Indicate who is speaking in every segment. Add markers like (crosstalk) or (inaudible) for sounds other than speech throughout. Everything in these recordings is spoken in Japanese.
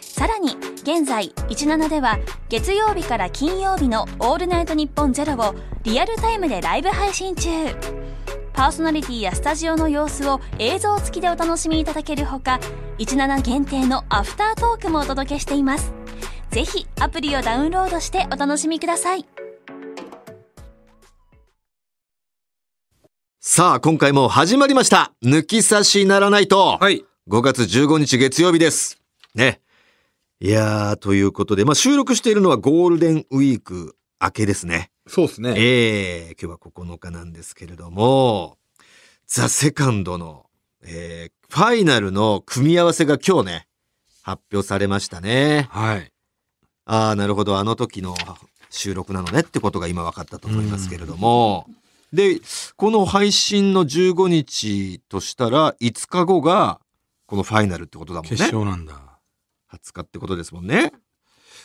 Speaker 1: さらに現在17では月曜日から金曜日の「オールナイトニッポンゼロをリアルタイムでライブ配信中パーソナリティやスタジオの様子を映像付きでお楽しみいただけるほか17限定のアフタートークもお届けしていますぜひアプリをダウンロードしてお楽しみください
Speaker 2: さあ、今回も始まりました。抜き差しならないと。
Speaker 3: はい。
Speaker 2: 5月15日月曜日です。ね。いやー、ということで、まあ、収録しているのはゴールデンウィーク明けですね。
Speaker 3: そうですね。
Speaker 2: ええ今日は9日なんですけれども、ザ・セカンドの、えーファイナルの組み合わせが今日ね、発表されましたね。
Speaker 3: はい。
Speaker 2: ああ、なるほど。あの時の収録なのねってことが今分かったと思いますけれども。で、この配信の15日としたら、5日後が、このファイナルってことだもんね。
Speaker 3: 決勝なんだ。
Speaker 2: 20日ってことですもんね。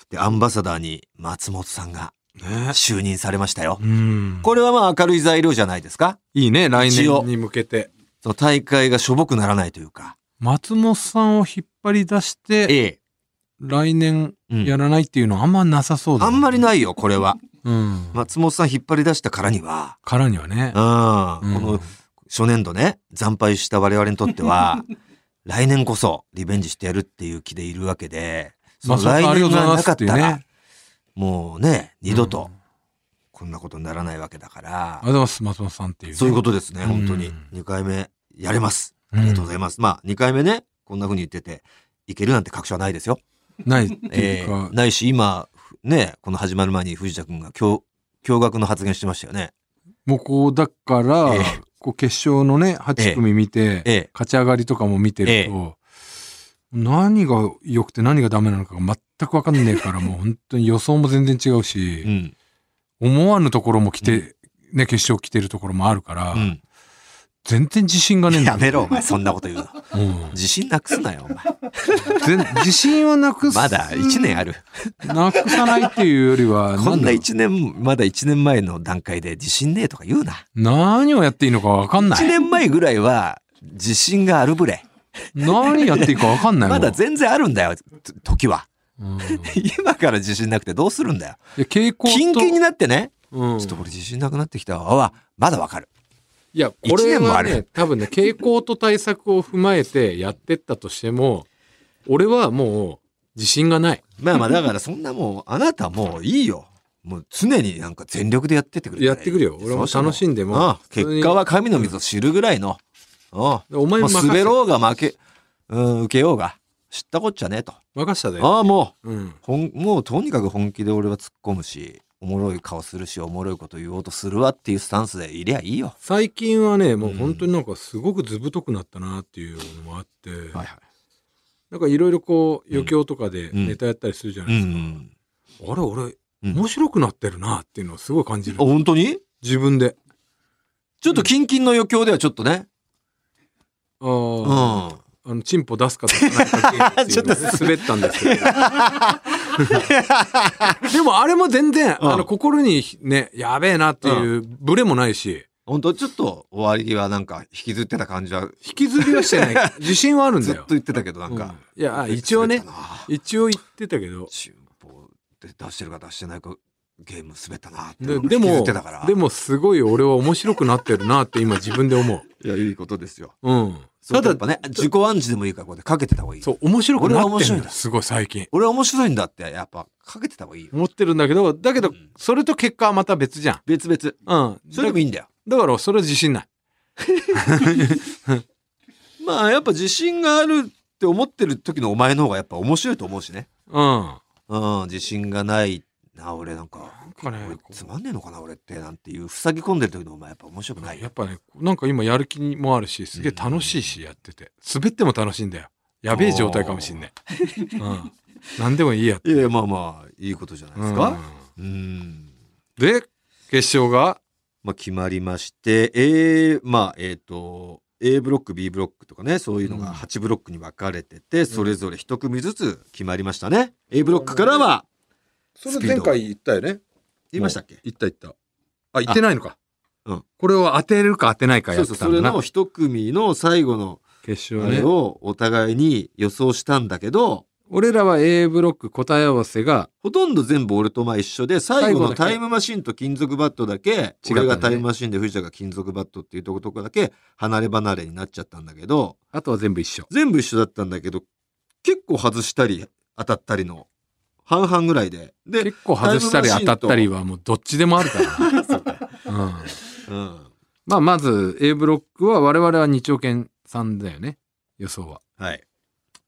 Speaker 2: で、アンバサダーに松本さんが
Speaker 3: ね。
Speaker 2: 就任されましたよ
Speaker 3: う。ん。
Speaker 2: これはまあ明るい材料じゃないですか。
Speaker 3: いいね。来
Speaker 2: 一応
Speaker 3: 年に向けて。
Speaker 2: その大会がしょぼくならないというか。
Speaker 3: 松本さんを引っ張り出して、
Speaker 2: ええ。
Speaker 3: 来年
Speaker 2: うん
Speaker 3: やらないっていうのはあんまなさそうだ
Speaker 2: あ
Speaker 3: ね、
Speaker 2: んまりないよ、これは。
Speaker 3: うん。
Speaker 2: 松本さん引っ張り出したからには。
Speaker 3: からにはね
Speaker 2: う。ん。こ
Speaker 3: う
Speaker 2: の
Speaker 3: ん
Speaker 2: 初年度ね、惨敗した我々にとって
Speaker 3: (laughs)
Speaker 2: は、来年こそリベンジしてやるっていう気でいるわけで、
Speaker 3: まあ
Speaker 2: その来
Speaker 3: そっかありが
Speaker 2: 年
Speaker 3: とうござい
Speaker 2: が
Speaker 3: ま
Speaker 2: な
Speaker 3: す
Speaker 2: か
Speaker 3: っ
Speaker 2: って
Speaker 3: いう
Speaker 2: た
Speaker 3: ね
Speaker 2: ら、もうね、二度
Speaker 3: う
Speaker 2: と
Speaker 3: ん
Speaker 2: こんなことにならないわけだから
Speaker 3: ありがとうご、ざいます、松本さんっていう。
Speaker 2: そういうことですね、本当に
Speaker 3: うん。
Speaker 2: 2回目やれます。
Speaker 3: うん
Speaker 2: ありがとうございます。まあ、2回目ね、こんな風に言ってて、いけるなんて確証はないですよ。
Speaker 3: ないってい
Speaker 2: え
Speaker 3: うか
Speaker 2: ー、ないし今ねこの始まる前に藤田君が驚驚愕の発言してましたよね。
Speaker 3: もうこうだから、
Speaker 2: ええ
Speaker 3: こう決勝のね8組見て、
Speaker 2: ええ
Speaker 3: 勝ち上がりとかも見てると、何が良くて何がダメなのかが全く分かんねえから
Speaker 2: (laughs)
Speaker 3: もう本当に予想も全然違う
Speaker 2: う
Speaker 3: し、
Speaker 2: ん
Speaker 3: 思わぬところも来て、ね決勝来てるところもあるから、
Speaker 2: うん、
Speaker 3: 全然自信がねえんだ
Speaker 2: や
Speaker 3: よ
Speaker 2: めろお前そんなこと言うの
Speaker 3: うん
Speaker 2: 自信なくすなよお前
Speaker 3: 全自信をなくす
Speaker 2: (laughs) まだ1年ある
Speaker 3: なくさないっていうよりは
Speaker 2: こん
Speaker 3: だ
Speaker 2: な
Speaker 3: ろう
Speaker 2: 1年まだ1年前の段階で自信ねえとか言うな
Speaker 3: 何をやっていいのか分かんな
Speaker 2: 1
Speaker 3: い
Speaker 2: 年前ぐらいは自信があるぶれ
Speaker 3: 何やっていいか分かんない
Speaker 2: (laughs)
Speaker 3: も
Speaker 2: ま
Speaker 3: ん
Speaker 2: だ全然あるんだよと時は (laughs)
Speaker 3: うんい
Speaker 2: 今から自信なくてどうするんだよ
Speaker 3: や傾向と
Speaker 2: キンキンになってね
Speaker 3: うん
Speaker 2: ちょっと俺自信なくなってきたわはまだわかる
Speaker 3: いや、これ
Speaker 2: 一年もあ
Speaker 3: は
Speaker 2: る
Speaker 3: ね、多分ね、傾向と対策を踏まえてやってったとしても、俺はもう自信がない。
Speaker 2: まあまあだからそんなもうあなたもういいよ。もう常になんか全力でやってってくれ
Speaker 3: やってくるよ。俺も楽しんでも。
Speaker 2: ああ結果は神の水
Speaker 3: う
Speaker 2: を知るぐらいの。あ
Speaker 3: ん。お
Speaker 2: あ
Speaker 3: 前
Speaker 2: もう
Speaker 3: 任せ
Speaker 2: 滑ろうが負け、うん、受けようが知ったこっちゃねえと。
Speaker 3: 任したで。
Speaker 2: ああも
Speaker 3: うん
Speaker 2: う。ほんもうとにかく本気で俺は突っ込むしおもろい顔するしおもろいこと言おうとするわっていうスタンスでいりゃいいよ。
Speaker 3: 最近はね、もう本当になんかすごく図太くなったなっていうのもあって、
Speaker 2: はいは
Speaker 3: なんかいろいろこう余興とかで
Speaker 2: うん
Speaker 3: ネタやったりするじゃないい、
Speaker 2: うん。
Speaker 3: あれ俺、
Speaker 2: うん
Speaker 3: 面白くなってるなっていうのをすごい感じ
Speaker 2: あ
Speaker 3: る。
Speaker 2: 本当に
Speaker 3: 自分で。
Speaker 2: ちょっとキンキンの余興ではちょっとね。
Speaker 3: あ
Speaker 2: う
Speaker 3: ー
Speaker 2: ん。
Speaker 3: あの、チンポ出すか出さないか (laughs) っていうのを
Speaker 2: ちょっ
Speaker 3: 滑ったんです (laughs) けど。でもあれも全然、
Speaker 2: うん
Speaker 3: あの、心にね、やべえなっていう、ブレもないし、
Speaker 2: 本当ちょっと終わり際なんか引きずってた感じは
Speaker 3: 引きずりはして (laughs) ない。自信はあるん
Speaker 2: ずっ
Speaker 3: だ
Speaker 2: と
Speaker 3: よ。
Speaker 2: 言ってたけどなんか、
Speaker 3: うんいや、あ一応ね
Speaker 2: 滑っ、たな
Speaker 3: 一応言ってたけど、
Speaker 2: チューポーで出してるか出してないかゲーム滑ったなって
Speaker 3: で
Speaker 2: なんか
Speaker 3: で
Speaker 2: 引きずっ
Speaker 3: も
Speaker 2: てたから、
Speaker 3: でもすごい俺は面白くなってるなって今自分で思
Speaker 2: いやいいことですよ
Speaker 3: う。うん。
Speaker 2: そ
Speaker 3: た
Speaker 2: うやっ
Speaker 3: だ、
Speaker 2: ぱね自己暗示でもいいからここでかけてた方がいい
Speaker 3: そう、面白く
Speaker 2: 俺
Speaker 3: な
Speaker 2: は
Speaker 3: っ
Speaker 2: 面
Speaker 3: て
Speaker 2: 白い
Speaker 3: る
Speaker 2: ん
Speaker 3: ん
Speaker 2: だ
Speaker 3: だ。すごい最近。
Speaker 2: 俺面白いんだってやっぱかけてた方がいいよ
Speaker 3: 思ってるんだけど、だけ
Speaker 2: う
Speaker 3: ど
Speaker 2: ん、
Speaker 3: それと結果はまた別じゃん。
Speaker 2: 別々
Speaker 3: うん。
Speaker 2: それでもいいんだよ
Speaker 3: だから、それは自信ない。
Speaker 2: まあやっぱ自信があるって思ってる時のお前の方がやっぱ面白いと思うしね
Speaker 3: うん。
Speaker 2: うん自信がないな俺なんか
Speaker 3: なんかね
Speaker 2: 俺、つまんねえのかな俺ってなんていう塞ぎ込んでる時のお前やっぱ面白くない
Speaker 3: や
Speaker 2: よ
Speaker 3: っぱね、なんか今やる気もあるし、すげえ楽しいし、やってて。滑っても楽しいんだよ。やべえ状態かもしんない。うん。何でもいいや。
Speaker 2: (laughs) いやいやまあまあいいことじゃないですか、うん
Speaker 3: で、決勝が、
Speaker 2: まあ、決まりまして、A、まあ、えっ、と、A ブロック、B ブロックとかね、そういうの
Speaker 3: うん
Speaker 2: が8ブロックに分かれてて、それぞれ一組ずつ決まりましたね。A ブロックからは、
Speaker 3: それ前回言ったよね。
Speaker 2: 言いましたっけ
Speaker 3: 言った言った。あ、言ってないのか。
Speaker 2: うん
Speaker 3: これを当てるか当てないか
Speaker 2: そ
Speaker 3: や
Speaker 2: う
Speaker 3: っ
Speaker 2: そ
Speaker 3: て
Speaker 2: う、
Speaker 3: た
Speaker 2: そ
Speaker 3: んだ
Speaker 2: れ
Speaker 3: な
Speaker 2: の。一組の最後の、
Speaker 3: 決
Speaker 2: あ
Speaker 3: 勝
Speaker 2: れ
Speaker 3: ね。
Speaker 2: をお互いに予想したんだけど、
Speaker 3: 俺らは A ブロック答え合わせが、
Speaker 2: ほとんど全部俺とまあ一緒で、最後
Speaker 3: 最後
Speaker 2: の
Speaker 3: だけ
Speaker 2: タイムマシンと金属バットだけ、
Speaker 3: たんだね
Speaker 2: 俺がタイムマシンで藤田が金属バットっていうとことこだけ離れ離れになっちゃったんだけど、
Speaker 3: あとは全部一緒。
Speaker 2: 全部一緒だったんだけど、結構外したり当たったりの半々ぐらいで。で、
Speaker 3: 結構外したり
Speaker 2: タイムマ
Speaker 3: 当
Speaker 2: シン
Speaker 3: た
Speaker 2: と
Speaker 3: ったりはもうどっちでもあ
Speaker 2: (laughs)
Speaker 3: るから。うん。
Speaker 2: うん。
Speaker 3: まあ、まず A ブロックは我々は2兆券さんだよね。予想は。
Speaker 2: はい。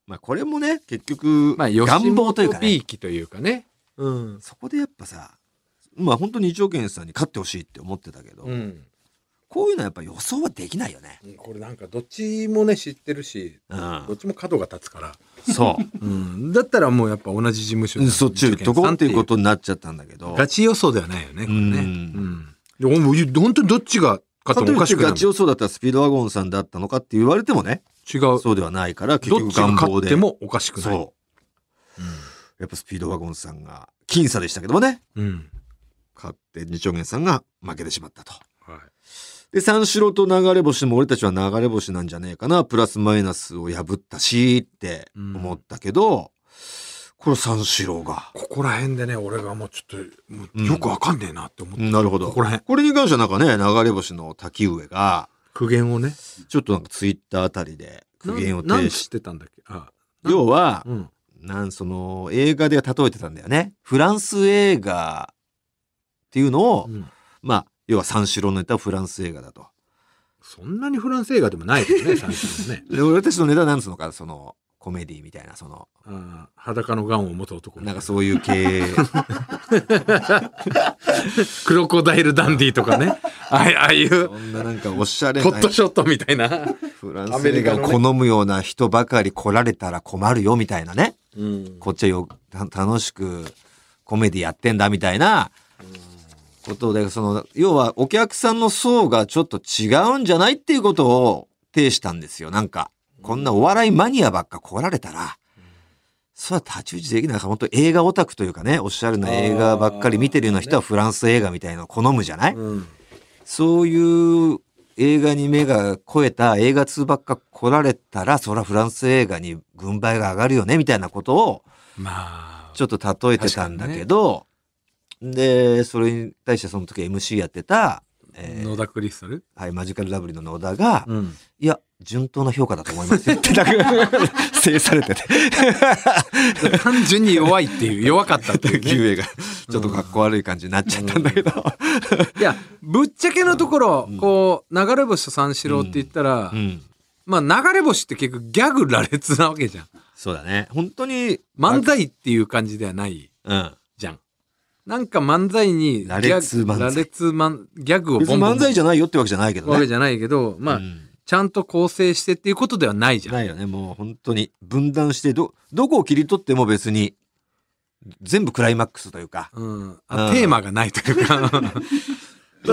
Speaker 2: まあこれもね、結局、
Speaker 3: まあ、
Speaker 2: 願望というか、ね、
Speaker 3: B 期というかね。うん。
Speaker 2: そこでやっぱさ、まあ本当に一応健さんに勝ってほしいって思ってたけど、
Speaker 3: うん。
Speaker 2: こういうのはやっぱ予想はできないよね。
Speaker 3: これなんかどっちもね、知ってるし、
Speaker 2: う
Speaker 3: どっ
Speaker 2: ん。
Speaker 3: ちも角が立つから。
Speaker 2: そ
Speaker 3: うん、だったらもうやっぱ同じ事務所
Speaker 2: う。そっち
Speaker 3: 受
Speaker 2: に
Speaker 3: 験
Speaker 2: ドコンっていうこ
Speaker 3: さ
Speaker 2: とになっちゃったんだけ
Speaker 3: ん
Speaker 2: ど
Speaker 3: っていう。ガチ予想ではないよね、これ
Speaker 2: う
Speaker 3: ね。うん。でももう本当にどっちが
Speaker 2: か
Speaker 3: 勝
Speaker 2: と
Speaker 3: って
Speaker 2: い
Speaker 3: も
Speaker 2: っ
Speaker 3: おかしてくない
Speaker 2: ガチ予想だったらスピードワゴンさんだったのかって言われてもね、
Speaker 3: 違う。どっ
Speaker 2: そうではないから、
Speaker 3: ち
Speaker 2: 結局
Speaker 3: が
Speaker 2: 願
Speaker 3: 勝
Speaker 2: 望
Speaker 3: っ
Speaker 2: で。
Speaker 3: てもおかしくない。
Speaker 2: そう。やっぱスピードワゴンさんが僅差でしたけどもね、
Speaker 3: う。うん。
Speaker 2: 勝って二丁目さんが負けてしまったと。
Speaker 3: はい。
Speaker 2: で、三四郎と流れ星も俺たちは流れ星なんじゃねえかな、プラスマイナスを破ったしって思ったけど、これ三四郎が。
Speaker 3: ここら辺でね、俺がもうちょっと、もう
Speaker 2: うん
Speaker 3: よくわかんねえなって思って、
Speaker 2: なるほど。
Speaker 3: ここら辺
Speaker 2: これに関してはなんかね、流れ星の滝上が、
Speaker 3: 苦言をね。
Speaker 2: ちょっとなんかツイッターあたりで苦言を
Speaker 3: なんなん
Speaker 2: 呈
Speaker 3: つ
Speaker 2: し
Speaker 3: ってたんだっけあ、なん
Speaker 2: 要は、
Speaker 3: うん。
Speaker 2: なんその映画で例えてたんだよねフランス映画っていうのを、
Speaker 3: うん
Speaker 2: まあ要は三四郎のネタはフランス映画だと
Speaker 3: そんなにフランス映画でもないけど (laughs) ね、最初のね。
Speaker 2: で俺たちのネタはなんつうのかそのコメディみたいなその
Speaker 3: あー裸のガンを持つ男。
Speaker 2: なんかそういう系
Speaker 3: クロコダイルダンディと (laughs) かね。ああいああいう、
Speaker 2: そんななんかおしゃれ
Speaker 3: ホッ
Speaker 2: な
Speaker 3: トショットみたいな。
Speaker 2: フランス映画を好むような人ばかり来られたら困るよみたいなね
Speaker 3: うん。
Speaker 2: こっちはよた楽しくコメディやってんだみたいなことでその要はお客さんの層がちょっと違うんじゃないっていうことを呈したんですよなんかこんなお笑いマニアばっか来られたらそれは太刀打ちできないなんか本当映画オタクというかねおっしゃるな映画ばっかり見てるような人はフランス映画みたいなの好むじゃない、
Speaker 3: うん。
Speaker 2: そういう映画に目が超えた映画通ばっか来られたらそりゃフランス映画に軍配が上がるよねみたいなことを
Speaker 3: まあ。
Speaker 2: ちょっと例えてたんだけど、で、それに対してその時 MC やってた、えー
Speaker 3: 野田クリスタル、
Speaker 2: はい、マジカルラブリーの野田が、
Speaker 3: うん、
Speaker 2: いや、順当な評価だと思いますよって、なんか、制され (laughs) てて、
Speaker 3: 単純に弱いっていう弱かったっていう、
Speaker 2: キ
Speaker 3: ね、
Speaker 2: ウエが、ちょっと格好悪い感じになっちゃったんだけど。
Speaker 3: (laughs) いやぶっちゃけのところ、
Speaker 2: うん
Speaker 3: こう流れ星と三四郎って言ったら、
Speaker 2: うん、
Speaker 3: まあ流れ星って結局ギャグ羅列なわけじゃん
Speaker 2: そうだね。本当に、
Speaker 3: 漫才っていう感じではない
Speaker 2: うん。
Speaker 3: じゃんなんか漫才にギャグ
Speaker 2: 羅列漫才
Speaker 3: 羅列マンギャグを
Speaker 2: 別
Speaker 3: ボ
Speaker 2: に
Speaker 3: ンボン
Speaker 2: 漫才じゃないよってわけじゃないけど
Speaker 3: わけ
Speaker 2: ね。
Speaker 3: じゃないけどまあ、
Speaker 2: うん
Speaker 3: ちゃんと構成してっていうことではないじゃん
Speaker 2: ないよね。もう本当に、分断して、ど、どこを切り取っても別に、全部クライマックスというか、
Speaker 3: うん、あ
Speaker 2: うん
Speaker 3: テーマがないとい
Speaker 2: (laughs)
Speaker 3: うか、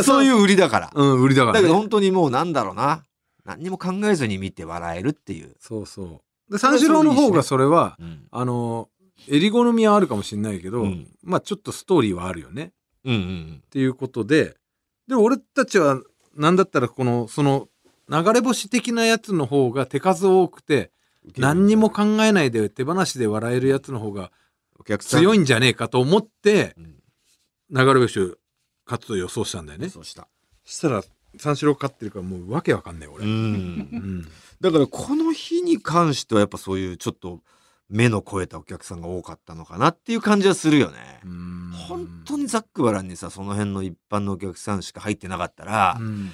Speaker 2: そういう売りだから。
Speaker 3: うん、売りだから、
Speaker 2: だ
Speaker 3: ね、
Speaker 2: けど本当にもうなんだろうな。何にも考えずに見て笑えるっていう。
Speaker 3: そうそうで三四郎の方がそれは
Speaker 2: うん。
Speaker 3: あの襟好みはあるかもしれないけど、
Speaker 2: うん
Speaker 3: まあちょっとストーリーはあるよね
Speaker 2: うんうん。
Speaker 3: っていうことでで俺たちは何だったらこのその流れ星的なやつの方が手数多くて何にも考えないで手放しで笑えるやつの方が
Speaker 2: お客さん。
Speaker 3: 強い
Speaker 2: い。
Speaker 3: んじゃねえかと思って
Speaker 2: うん。
Speaker 3: 流れ星を勝つと予想したんだよね
Speaker 2: そうした。
Speaker 3: そしたら三四郎勝ってるからもうわけわかんない俺、
Speaker 2: う。
Speaker 3: うんん
Speaker 2: だからこの日に関してはやっぱそういうちょっと目の超えたお客さんが多かったのかなっていう感じはするよね。
Speaker 3: うん
Speaker 2: 本当にざっくばらんにさ、その辺の一般のお客さんしか入ってなかったら、
Speaker 3: うん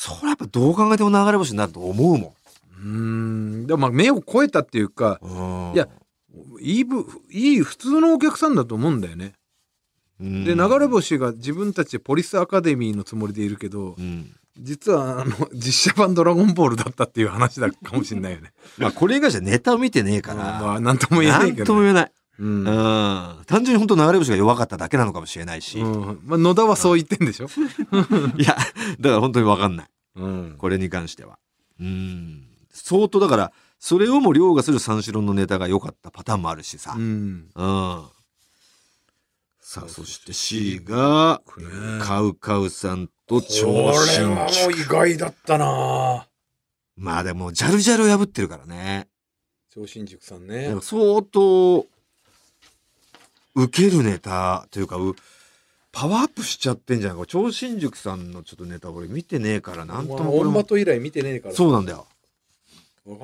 Speaker 2: それはやっぱどう考えても流れ星になると思うも
Speaker 3: うんでもまあ目を超えたっていうか
Speaker 2: ん。うん
Speaker 3: いや、いいぶいい普通のお客さんだと思うんだよね。
Speaker 2: うん
Speaker 3: で流れ。星が自分たちポリスアカデミーのつもりでいるけど
Speaker 2: うん。
Speaker 3: 実はあの (laughs) 実写版「ドラゴンボール」だったっていう話だかもしれないよね。
Speaker 2: まあこれ以外じゃネタを見てねえ
Speaker 3: う
Speaker 2: か
Speaker 3: ん
Speaker 2: ら。
Speaker 3: まあなんとも言え
Speaker 2: な
Speaker 3: ない
Speaker 2: ん
Speaker 3: け
Speaker 2: と
Speaker 3: ど
Speaker 2: も
Speaker 3: ね、
Speaker 2: 言えない。
Speaker 3: うん
Speaker 2: うん、単純に本当流れ星が弱かっただけなのかもしれないし、い
Speaker 3: うんまあ、野田はそう言ってんでしょ、
Speaker 2: やだから本当に分かんない
Speaker 3: うん、
Speaker 2: これに関してはうん相当だからそれをも凌駕する三四郎のネタが良かったパターンもあるしさ、
Speaker 3: うん
Speaker 2: うんさあそして C が
Speaker 3: ね
Speaker 2: カウカウさんと
Speaker 3: これ
Speaker 2: 超新
Speaker 3: はもう
Speaker 2: 塾
Speaker 3: 意外だったな
Speaker 2: まあでもジャルジャルを破ってるからね
Speaker 3: 超新塾さん
Speaker 2: だ
Speaker 3: ね
Speaker 2: から相当受けるネタというかうパワーアップしちゃってんじゃないか超新塾さんのちょっとネタ俺見てねえからなんともこれも
Speaker 3: ト以来見てねえか
Speaker 2: そうなんだよ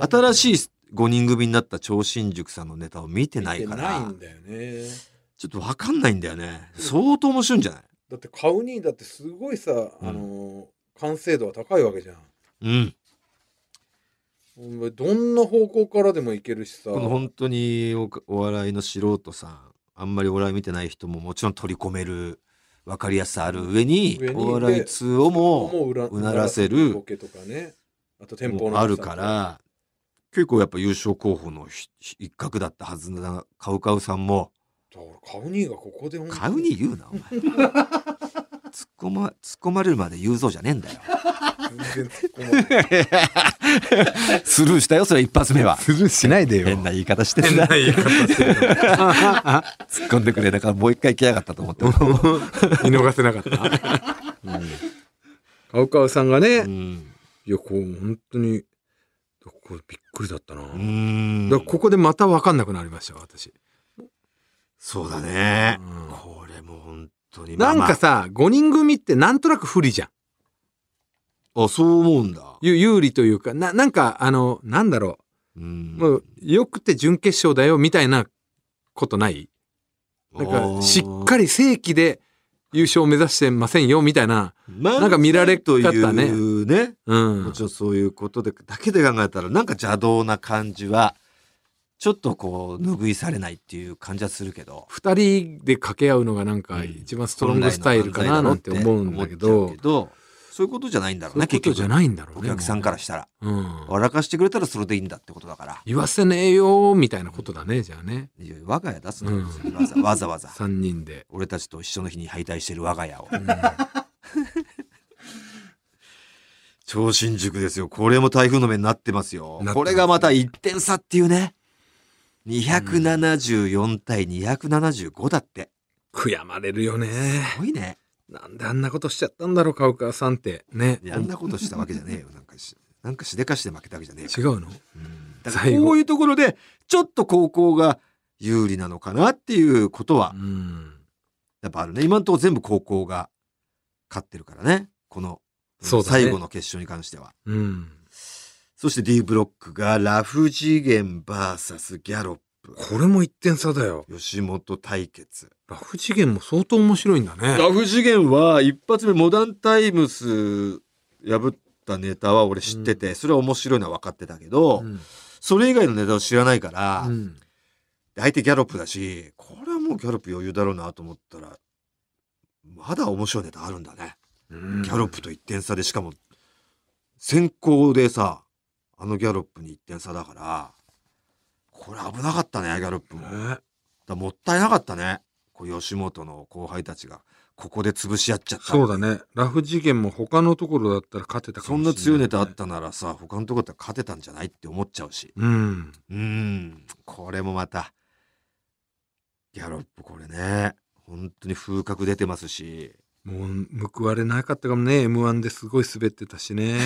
Speaker 2: 新
Speaker 3: い
Speaker 2: しい5人組になった超新塾さんのネタを見てないか
Speaker 3: 見てない
Speaker 2: ら
Speaker 3: んだよね
Speaker 2: ちょっと分かんないんだよね相当面白いんじゃない
Speaker 3: だって買うにだってすごいさ、
Speaker 2: うん
Speaker 3: あの完成度は高いわけじゃん
Speaker 2: うん
Speaker 3: お前どんな方向からでもいけるしさ
Speaker 2: この本当におお笑いの素人さんあんまりお笑い見てない人ももちろん取り込める分かりやすさある上に
Speaker 3: 上に
Speaker 2: お笑い通をも
Speaker 3: もううら
Speaker 2: うならせる
Speaker 3: ボケとかねあと店舗の
Speaker 2: あるから結構やっぱ優勝候補のひひ一角だったはずなカウカウさんも
Speaker 3: だからカウニーがここで本
Speaker 2: 「
Speaker 3: 当
Speaker 2: カウに言うなお前」 (laughs) 突っ込ま突っ込まれるまで言うぞじゃねえんだよ
Speaker 3: 全然突っ込まない
Speaker 2: スルーしたよそれ一発目は
Speaker 3: スルーしないでよ
Speaker 2: 変な言い方してん (laughs) な
Speaker 3: 言い方してる
Speaker 2: 突っ込んでくれだからもう一回来やがったと思 (laughs) って
Speaker 3: 見逃せなかったカウカウさんがね、
Speaker 2: う
Speaker 3: い
Speaker 2: ん
Speaker 3: やこう本当にこれびっくりだったな、
Speaker 2: うーん
Speaker 3: だからここでまた分かんなくなりましたよ私、
Speaker 2: そうだね
Speaker 3: うん
Speaker 2: これも本当に
Speaker 3: なんか
Speaker 2: さ
Speaker 3: さ5人組ってなんとなく不利じゃん
Speaker 2: あそう思うんだ
Speaker 3: ゆ有利というかななんかあのなんだろ
Speaker 2: うん
Speaker 3: うもうよくて準決勝だよみたいなことないなんかしっか
Speaker 2: り
Speaker 3: り正規で優勝を目指してませんよみたいな
Speaker 2: なん
Speaker 3: か見られ
Speaker 2: と
Speaker 3: 方ね
Speaker 2: いうね
Speaker 3: うん
Speaker 2: もちろんそういうことでだけで考えたらなんか邪道な感じはちょっとこう拭いされないっていう感じはするけど
Speaker 3: 2人で掛け合うのがなんか一番ストロングスタイルかななんて思うんだけど
Speaker 2: 思っちゃうけどそういうことじゃないんだろ
Speaker 3: そうう
Speaker 2: ね
Speaker 3: いうこ
Speaker 2: 結
Speaker 3: と
Speaker 2: 局
Speaker 3: じゃないんだろう
Speaker 2: お
Speaker 3: ね
Speaker 2: 客さんからしたら
Speaker 3: うん、
Speaker 2: 笑かしてくれたらそれでいいんだってことだから
Speaker 3: 言わせねえよみたいなことだねじゃあね
Speaker 2: いや我が家出すの
Speaker 3: うん
Speaker 2: 別にわざ
Speaker 3: (laughs)
Speaker 2: わざわざ
Speaker 3: 3人で、
Speaker 2: 俺たちと一緒の日に敗退してる我が家を (laughs)
Speaker 3: うん
Speaker 2: 超新塾ですよこれも台風の目になってますよ
Speaker 3: なってますね
Speaker 2: これがまた1点差っていうね274対275だって
Speaker 3: 悔やまれるよね
Speaker 2: すごいね
Speaker 3: なんであんなことしちゃったんだろう川川さんってね
Speaker 2: いやあんなことしたわけじゃねえよ。なんかし、なんかしでかして負けたわけじゃねえ
Speaker 3: 違
Speaker 2: よ。
Speaker 3: うの
Speaker 2: うんだから
Speaker 3: 最後
Speaker 2: こういうところで、ちょっと高校が有利なのかなっていうことは
Speaker 3: う、ん
Speaker 2: やっぱあるね。今のところ全部高校が勝ってるからね。この、
Speaker 3: そうだね
Speaker 2: 最後の決勝に関しては。
Speaker 3: うん
Speaker 2: そして D ブロックが、ラフ次元 VS ギャロップ。
Speaker 3: これも1点差だよ
Speaker 2: 吉本対決。
Speaker 3: ラフ次元も相当面白いんだね
Speaker 2: ラフ次元は、一発目モダンタイムス破ったネタは俺知ってて、それは面白いのは分かってたけど、
Speaker 3: うん
Speaker 2: それ以外のネタを知らないから、
Speaker 3: うん
Speaker 2: 相手ギャロップだしこれはもうギャロップ余裕だろうなと思ったらまだ面白いネタあるんだね、
Speaker 3: うん
Speaker 2: ギャロップと1点差でしかも先行でさあのギャロップに1点差だからこれ危なかったねギャロップも、だか
Speaker 3: ね
Speaker 2: らもったいなかったねこう吉本の後輩たちがここで潰し合っちゃった
Speaker 3: そうだねラフ次元も他のところだったら勝てたか
Speaker 2: そ
Speaker 3: も
Speaker 2: ん
Speaker 3: しれ
Speaker 2: な
Speaker 3: な、
Speaker 2: い強いネタあったならさ他のとこだったら勝てたんじゃないって思っちゃうし
Speaker 3: うん
Speaker 2: うん、これもまた、ギャロップこれね、本当に風格出てますし、
Speaker 3: もう報われなかったかもね m 1ですごい滑ってた
Speaker 2: (laughs)
Speaker 3: しね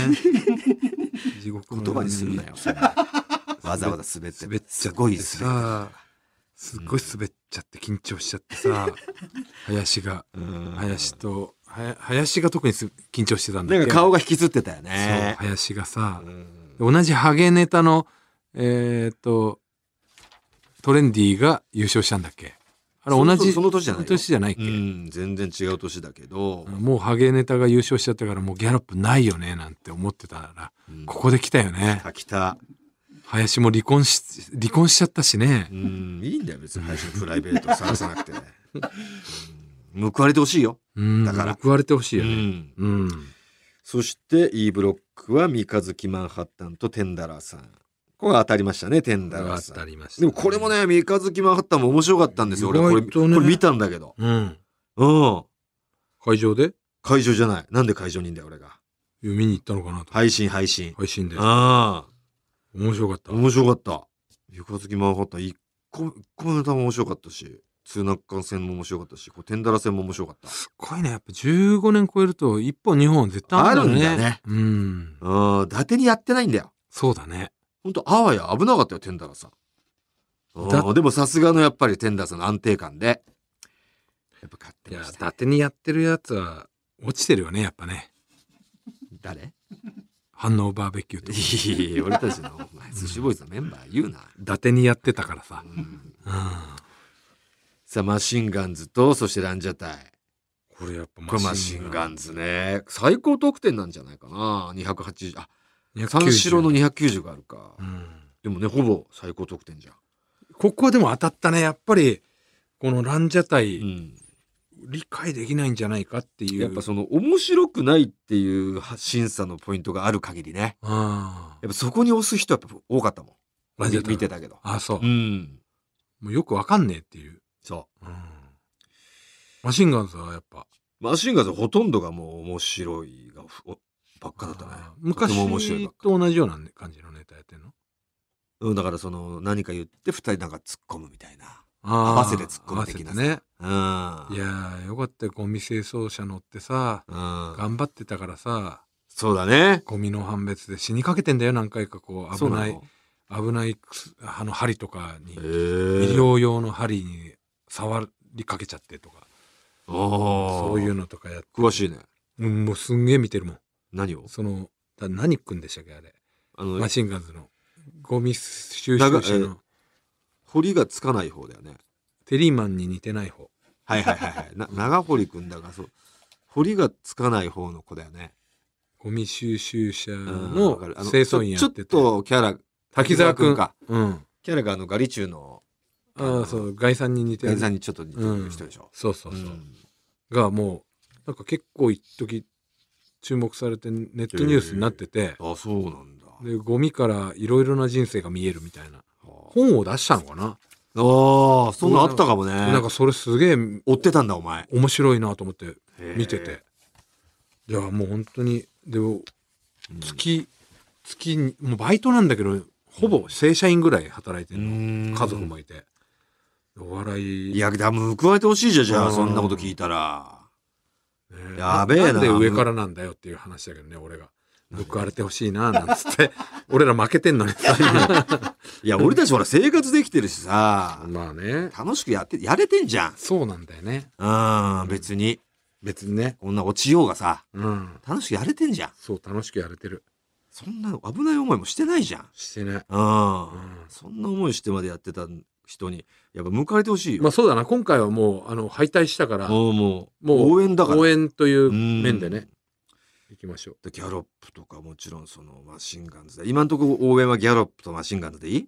Speaker 3: 地獄の
Speaker 2: 言葉にするなよ、そんなわざわざ滑って、
Speaker 3: 滑っちゃって
Speaker 2: すごい滑って
Speaker 3: さすっごい滑っちゃって緊張しちゃってさ、林が
Speaker 2: うん
Speaker 3: 林とはや林が特にす緊張してたんだ
Speaker 2: な
Speaker 3: け
Speaker 2: ん
Speaker 3: ど
Speaker 2: か顔が引きずってたよ
Speaker 3: そう
Speaker 2: ね。
Speaker 3: 林がさ
Speaker 2: う、ん
Speaker 3: 同じハゲネタのえーっとトレンディーが優勝したんだっけあれ同じ
Speaker 2: その年じゃないよ
Speaker 3: その年じゃないっけ、
Speaker 2: うん、全然違う年だけど、
Speaker 3: もうハゲネタが優勝しちゃったからもうギャロップないよねなんて思ってたら
Speaker 2: うん
Speaker 3: ここで来たよね
Speaker 2: 秋田、
Speaker 3: 林も離婚し離婚しちゃったしね
Speaker 2: うん、いいんだよ、別に林のプライベート探さなく
Speaker 3: (laughs)
Speaker 2: てね。うん報われてほしいよ。
Speaker 3: うん
Speaker 2: だから
Speaker 3: 報われてほしいうよね
Speaker 2: ん
Speaker 3: うん
Speaker 2: そして E ブロックは三日月マンハッタンとテンダラーさん。これ当たりましたね、天
Speaker 3: が
Speaker 2: 台
Speaker 3: 当
Speaker 2: さん。
Speaker 3: たりました、
Speaker 2: でもこれも、ね、三日月マンハッタンも面白かったんですよ。俺これ、
Speaker 3: 意外とね
Speaker 2: これ見たんだけど。
Speaker 3: うん、
Speaker 2: うん。
Speaker 3: 会場で
Speaker 2: 会場じゃない。なんで会場にいんだよ、俺が。
Speaker 3: いや見に行ったのかなと、
Speaker 2: 配信、配信。
Speaker 3: 配信で
Speaker 2: あ
Speaker 3: 面白かっ
Speaker 2: あ。
Speaker 3: た
Speaker 2: 面白かった。三日月マンハッタン、一個、一個目の歌も面白かったし、通ナッカン戦も面白かったし、こう天台戦も面白かった。
Speaker 3: すごいねやっぱ15年超えると1本2本絶対あるんだね
Speaker 2: あるんだね
Speaker 3: うん
Speaker 2: うん、伊達にやってないんだよ。
Speaker 3: そうだね
Speaker 2: ほんと、あわや危なかったよ、天台さん。
Speaker 3: だ
Speaker 2: うんでもさすがのやっぱり天台さんの安定感で。やっぱ勝って
Speaker 3: いや
Speaker 2: ま
Speaker 3: 伊
Speaker 2: したね。
Speaker 3: 達にやってるやつは落ちてるよねやっぱね
Speaker 2: 誰
Speaker 3: 反応バーベキューとか
Speaker 2: いやいや俺たちの、お前、寿司ボーイズのメンバー言うな。
Speaker 3: 伊達にやってたからさ、
Speaker 2: うん
Speaker 3: う
Speaker 2: さあ、マシンガンズと、そしてランジャタイ。
Speaker 3: ん、これやっ
Speaker 2: こ
Speaker 3: ぱ
Speaker 2: れマシンガンズね。最高得点なんじゃないかな。280。あ、
Speaker 3: 290
Speaker 2: 三四郎の290があるか。
Speaker 3: うん
Speaker 2: でもね、ほぼ最高得点じゃん。
Speaker 3: ここはでも当たったねやっぱりこのランジャタイ、
Speaker 2: うん。
Speaker 3: 理解できないんじゃないかっていう
Speaker 2: やっぱその、面白くないっていう審査のポイントがある限りね。
Speaker 3: あ
Speaker 2: やっぱそこに押す人はやっぱ多かったもん。俺
Speaker 3: ランジャタイ
Speaker 2: 見てたけど。
Speaker 3: あそう、
Speaker 2: うん。
Speaker 3: もうよくわかんねえっていう、
Speaker 2: そ
Speaker 3: うん、マシンガンズはやっぱ
Speaker 2: う。マシンガンズほとんどがもう面白いがふ、おばっかだったね
Speaker 3: あー。
Speaker 2: とても面白い
Speaker 3: 昔
Speaker 2: ばっ
Speaker 3: と
Speaker 2: か
Speaker 3: 同じような感じのネタやってんの
Speaker 2: うん、だからその何か言って二人なんか突っ込むみたいな。
Speaker 3: 合
Speaker 2: わせて突っ込む的なさ
Speaker 3: ね
Speaker 2: うん。
Speaker 3: いやーよかったよゴミ清掃車乗ってさ
Speaker 2: うん。
Speaker 3: 頑張ってたからさ
Speaker 2: そうだね。
Speaker 3: ゴミの判別で死にかけてんだよ何回かこう危
Speaker 2: そうの
Speaker 3: ない。危ないくすあの針とかに
Speaker 2: ええ
Speaker 3: 医療用の針に触りかけちゃってとか
Speaker 2: そ
Speaker 3: そういうのとかやって
Speaker 2: 詳しいね。
Speaker 3: うんもうすんげえ見てるもん
Speaker 2: 何を
Speaker 3: そのだ何くんでしたっけあれ
Speaker 2: あの、
Speaker 3: マシンガンズのゴミ収集車
Speaker 2: 長えー
Speaker 3: の
Speaker 2: 堀がつかない方だよね。
Speaker 3: テリーマンに似てない方
Speaker 2: はいはいはい
Speaker 3: (laughs)
Speaker 2: はい。な長堀くんだから、そう。堀がつかない方の子だよね。
Speaker 3: ゴミ収集車
Speaker 2: うん
Speaker 3: の
Speaker 2: わか
Speaker 3: 清
Speaker 2: るあの
Speaker 3: 掃員やって
Speaker 2: ちょ
Speaker 3: て
Speaker 2: ちょっとキャラ、
Speaker 3: 滝沢く
Speaker 2: 滝沢
Speaker 3: んかうん
Speaker 2: キャラがあのガリチュウの
Speaker 3: ああそう外産に似
Speaker 2: 店
Speaker 3: てる
Speaker 2: 員さんにちょっと似てる人でしょ。
Speaker 3: そうそう
Speaker 2: う
Speaker 3: そう、
Speaker 2: ん
Speaker 3: がもうなんか結構一時注目されてネットニュースになってて、
Speaker 2: あ、そうなんだ。
Speaker 3: でゴミからいろいろな人生が見えるみたいな
Speaker 2: あー
Speaker 3: 本を出したのかな、
Speaker 2: あー、そんなのあったかもね。
Speaker 3: なんかそれすげえ
Speaker 2: 追ってたんだ、お前。
Speaker 3: 面白いなと思って
Speaker 2: へー
Speaker 3: 見てていやもう本当にで月、月にもうバイトなんだけどほぼ正社員ぐらい働いてるの、
Speaker 2: 家
Speaker 3: 家族もいてお笑い
Speaker 2: いや、でも報われてほしいじゃん、じゃ
Speaker 3: う
Speaker 2: あ、
Speaker 3: ん
Speaker 2: そんなこと聞いたら。
Speaker 3: ね
Speaker 2: やべえなん
Speaker 3: で上からなんだよっていう話だけどね俺が報われてほしいななんつって (laughs) 俺ら負けてん
Speaker 2: (laughs)
Speaker 3: のにさ
Speaker 2: いや、俺たちほら生活できてるしさ、
Speaker 3: まあね
Speaker 2: 楽しくやって、やれてんじゃ
Speaker 3: そうなんだよね
Speaker 2: ん。うん、別に。
Speaker 3: 別にね
Speaker 2: こんな落ちようがさ、
Speaker 3: うん
Speaker 2: 楽しくやれてんじゃん。
Speaker 3: そう楽しくやれてる
Speaker 2: そんな危ない思いもしてないじゃん。
Speaker 3: してね
Speaker 2: うん。
Speaker 3: うん
Speaker 2: そんな思いしてまでやってた人に、やっぱ迎えてほしいよ。
Speaker 3: まあそうだな今回はもうあの敗退したから
Speaker 2: もう、もう、
Speaker 3: もう
Speaker 2: 応援だから。
Speaker 3: 応援とい
Speaker 2: う
Speaker 3: う
Speaker 2: ん
Speaker 3: 面でねいきましょう
Speaker 2: ギャロップとかもちろんそのマシンガンズで今のところ応援はギャロップとマシンガンズでいい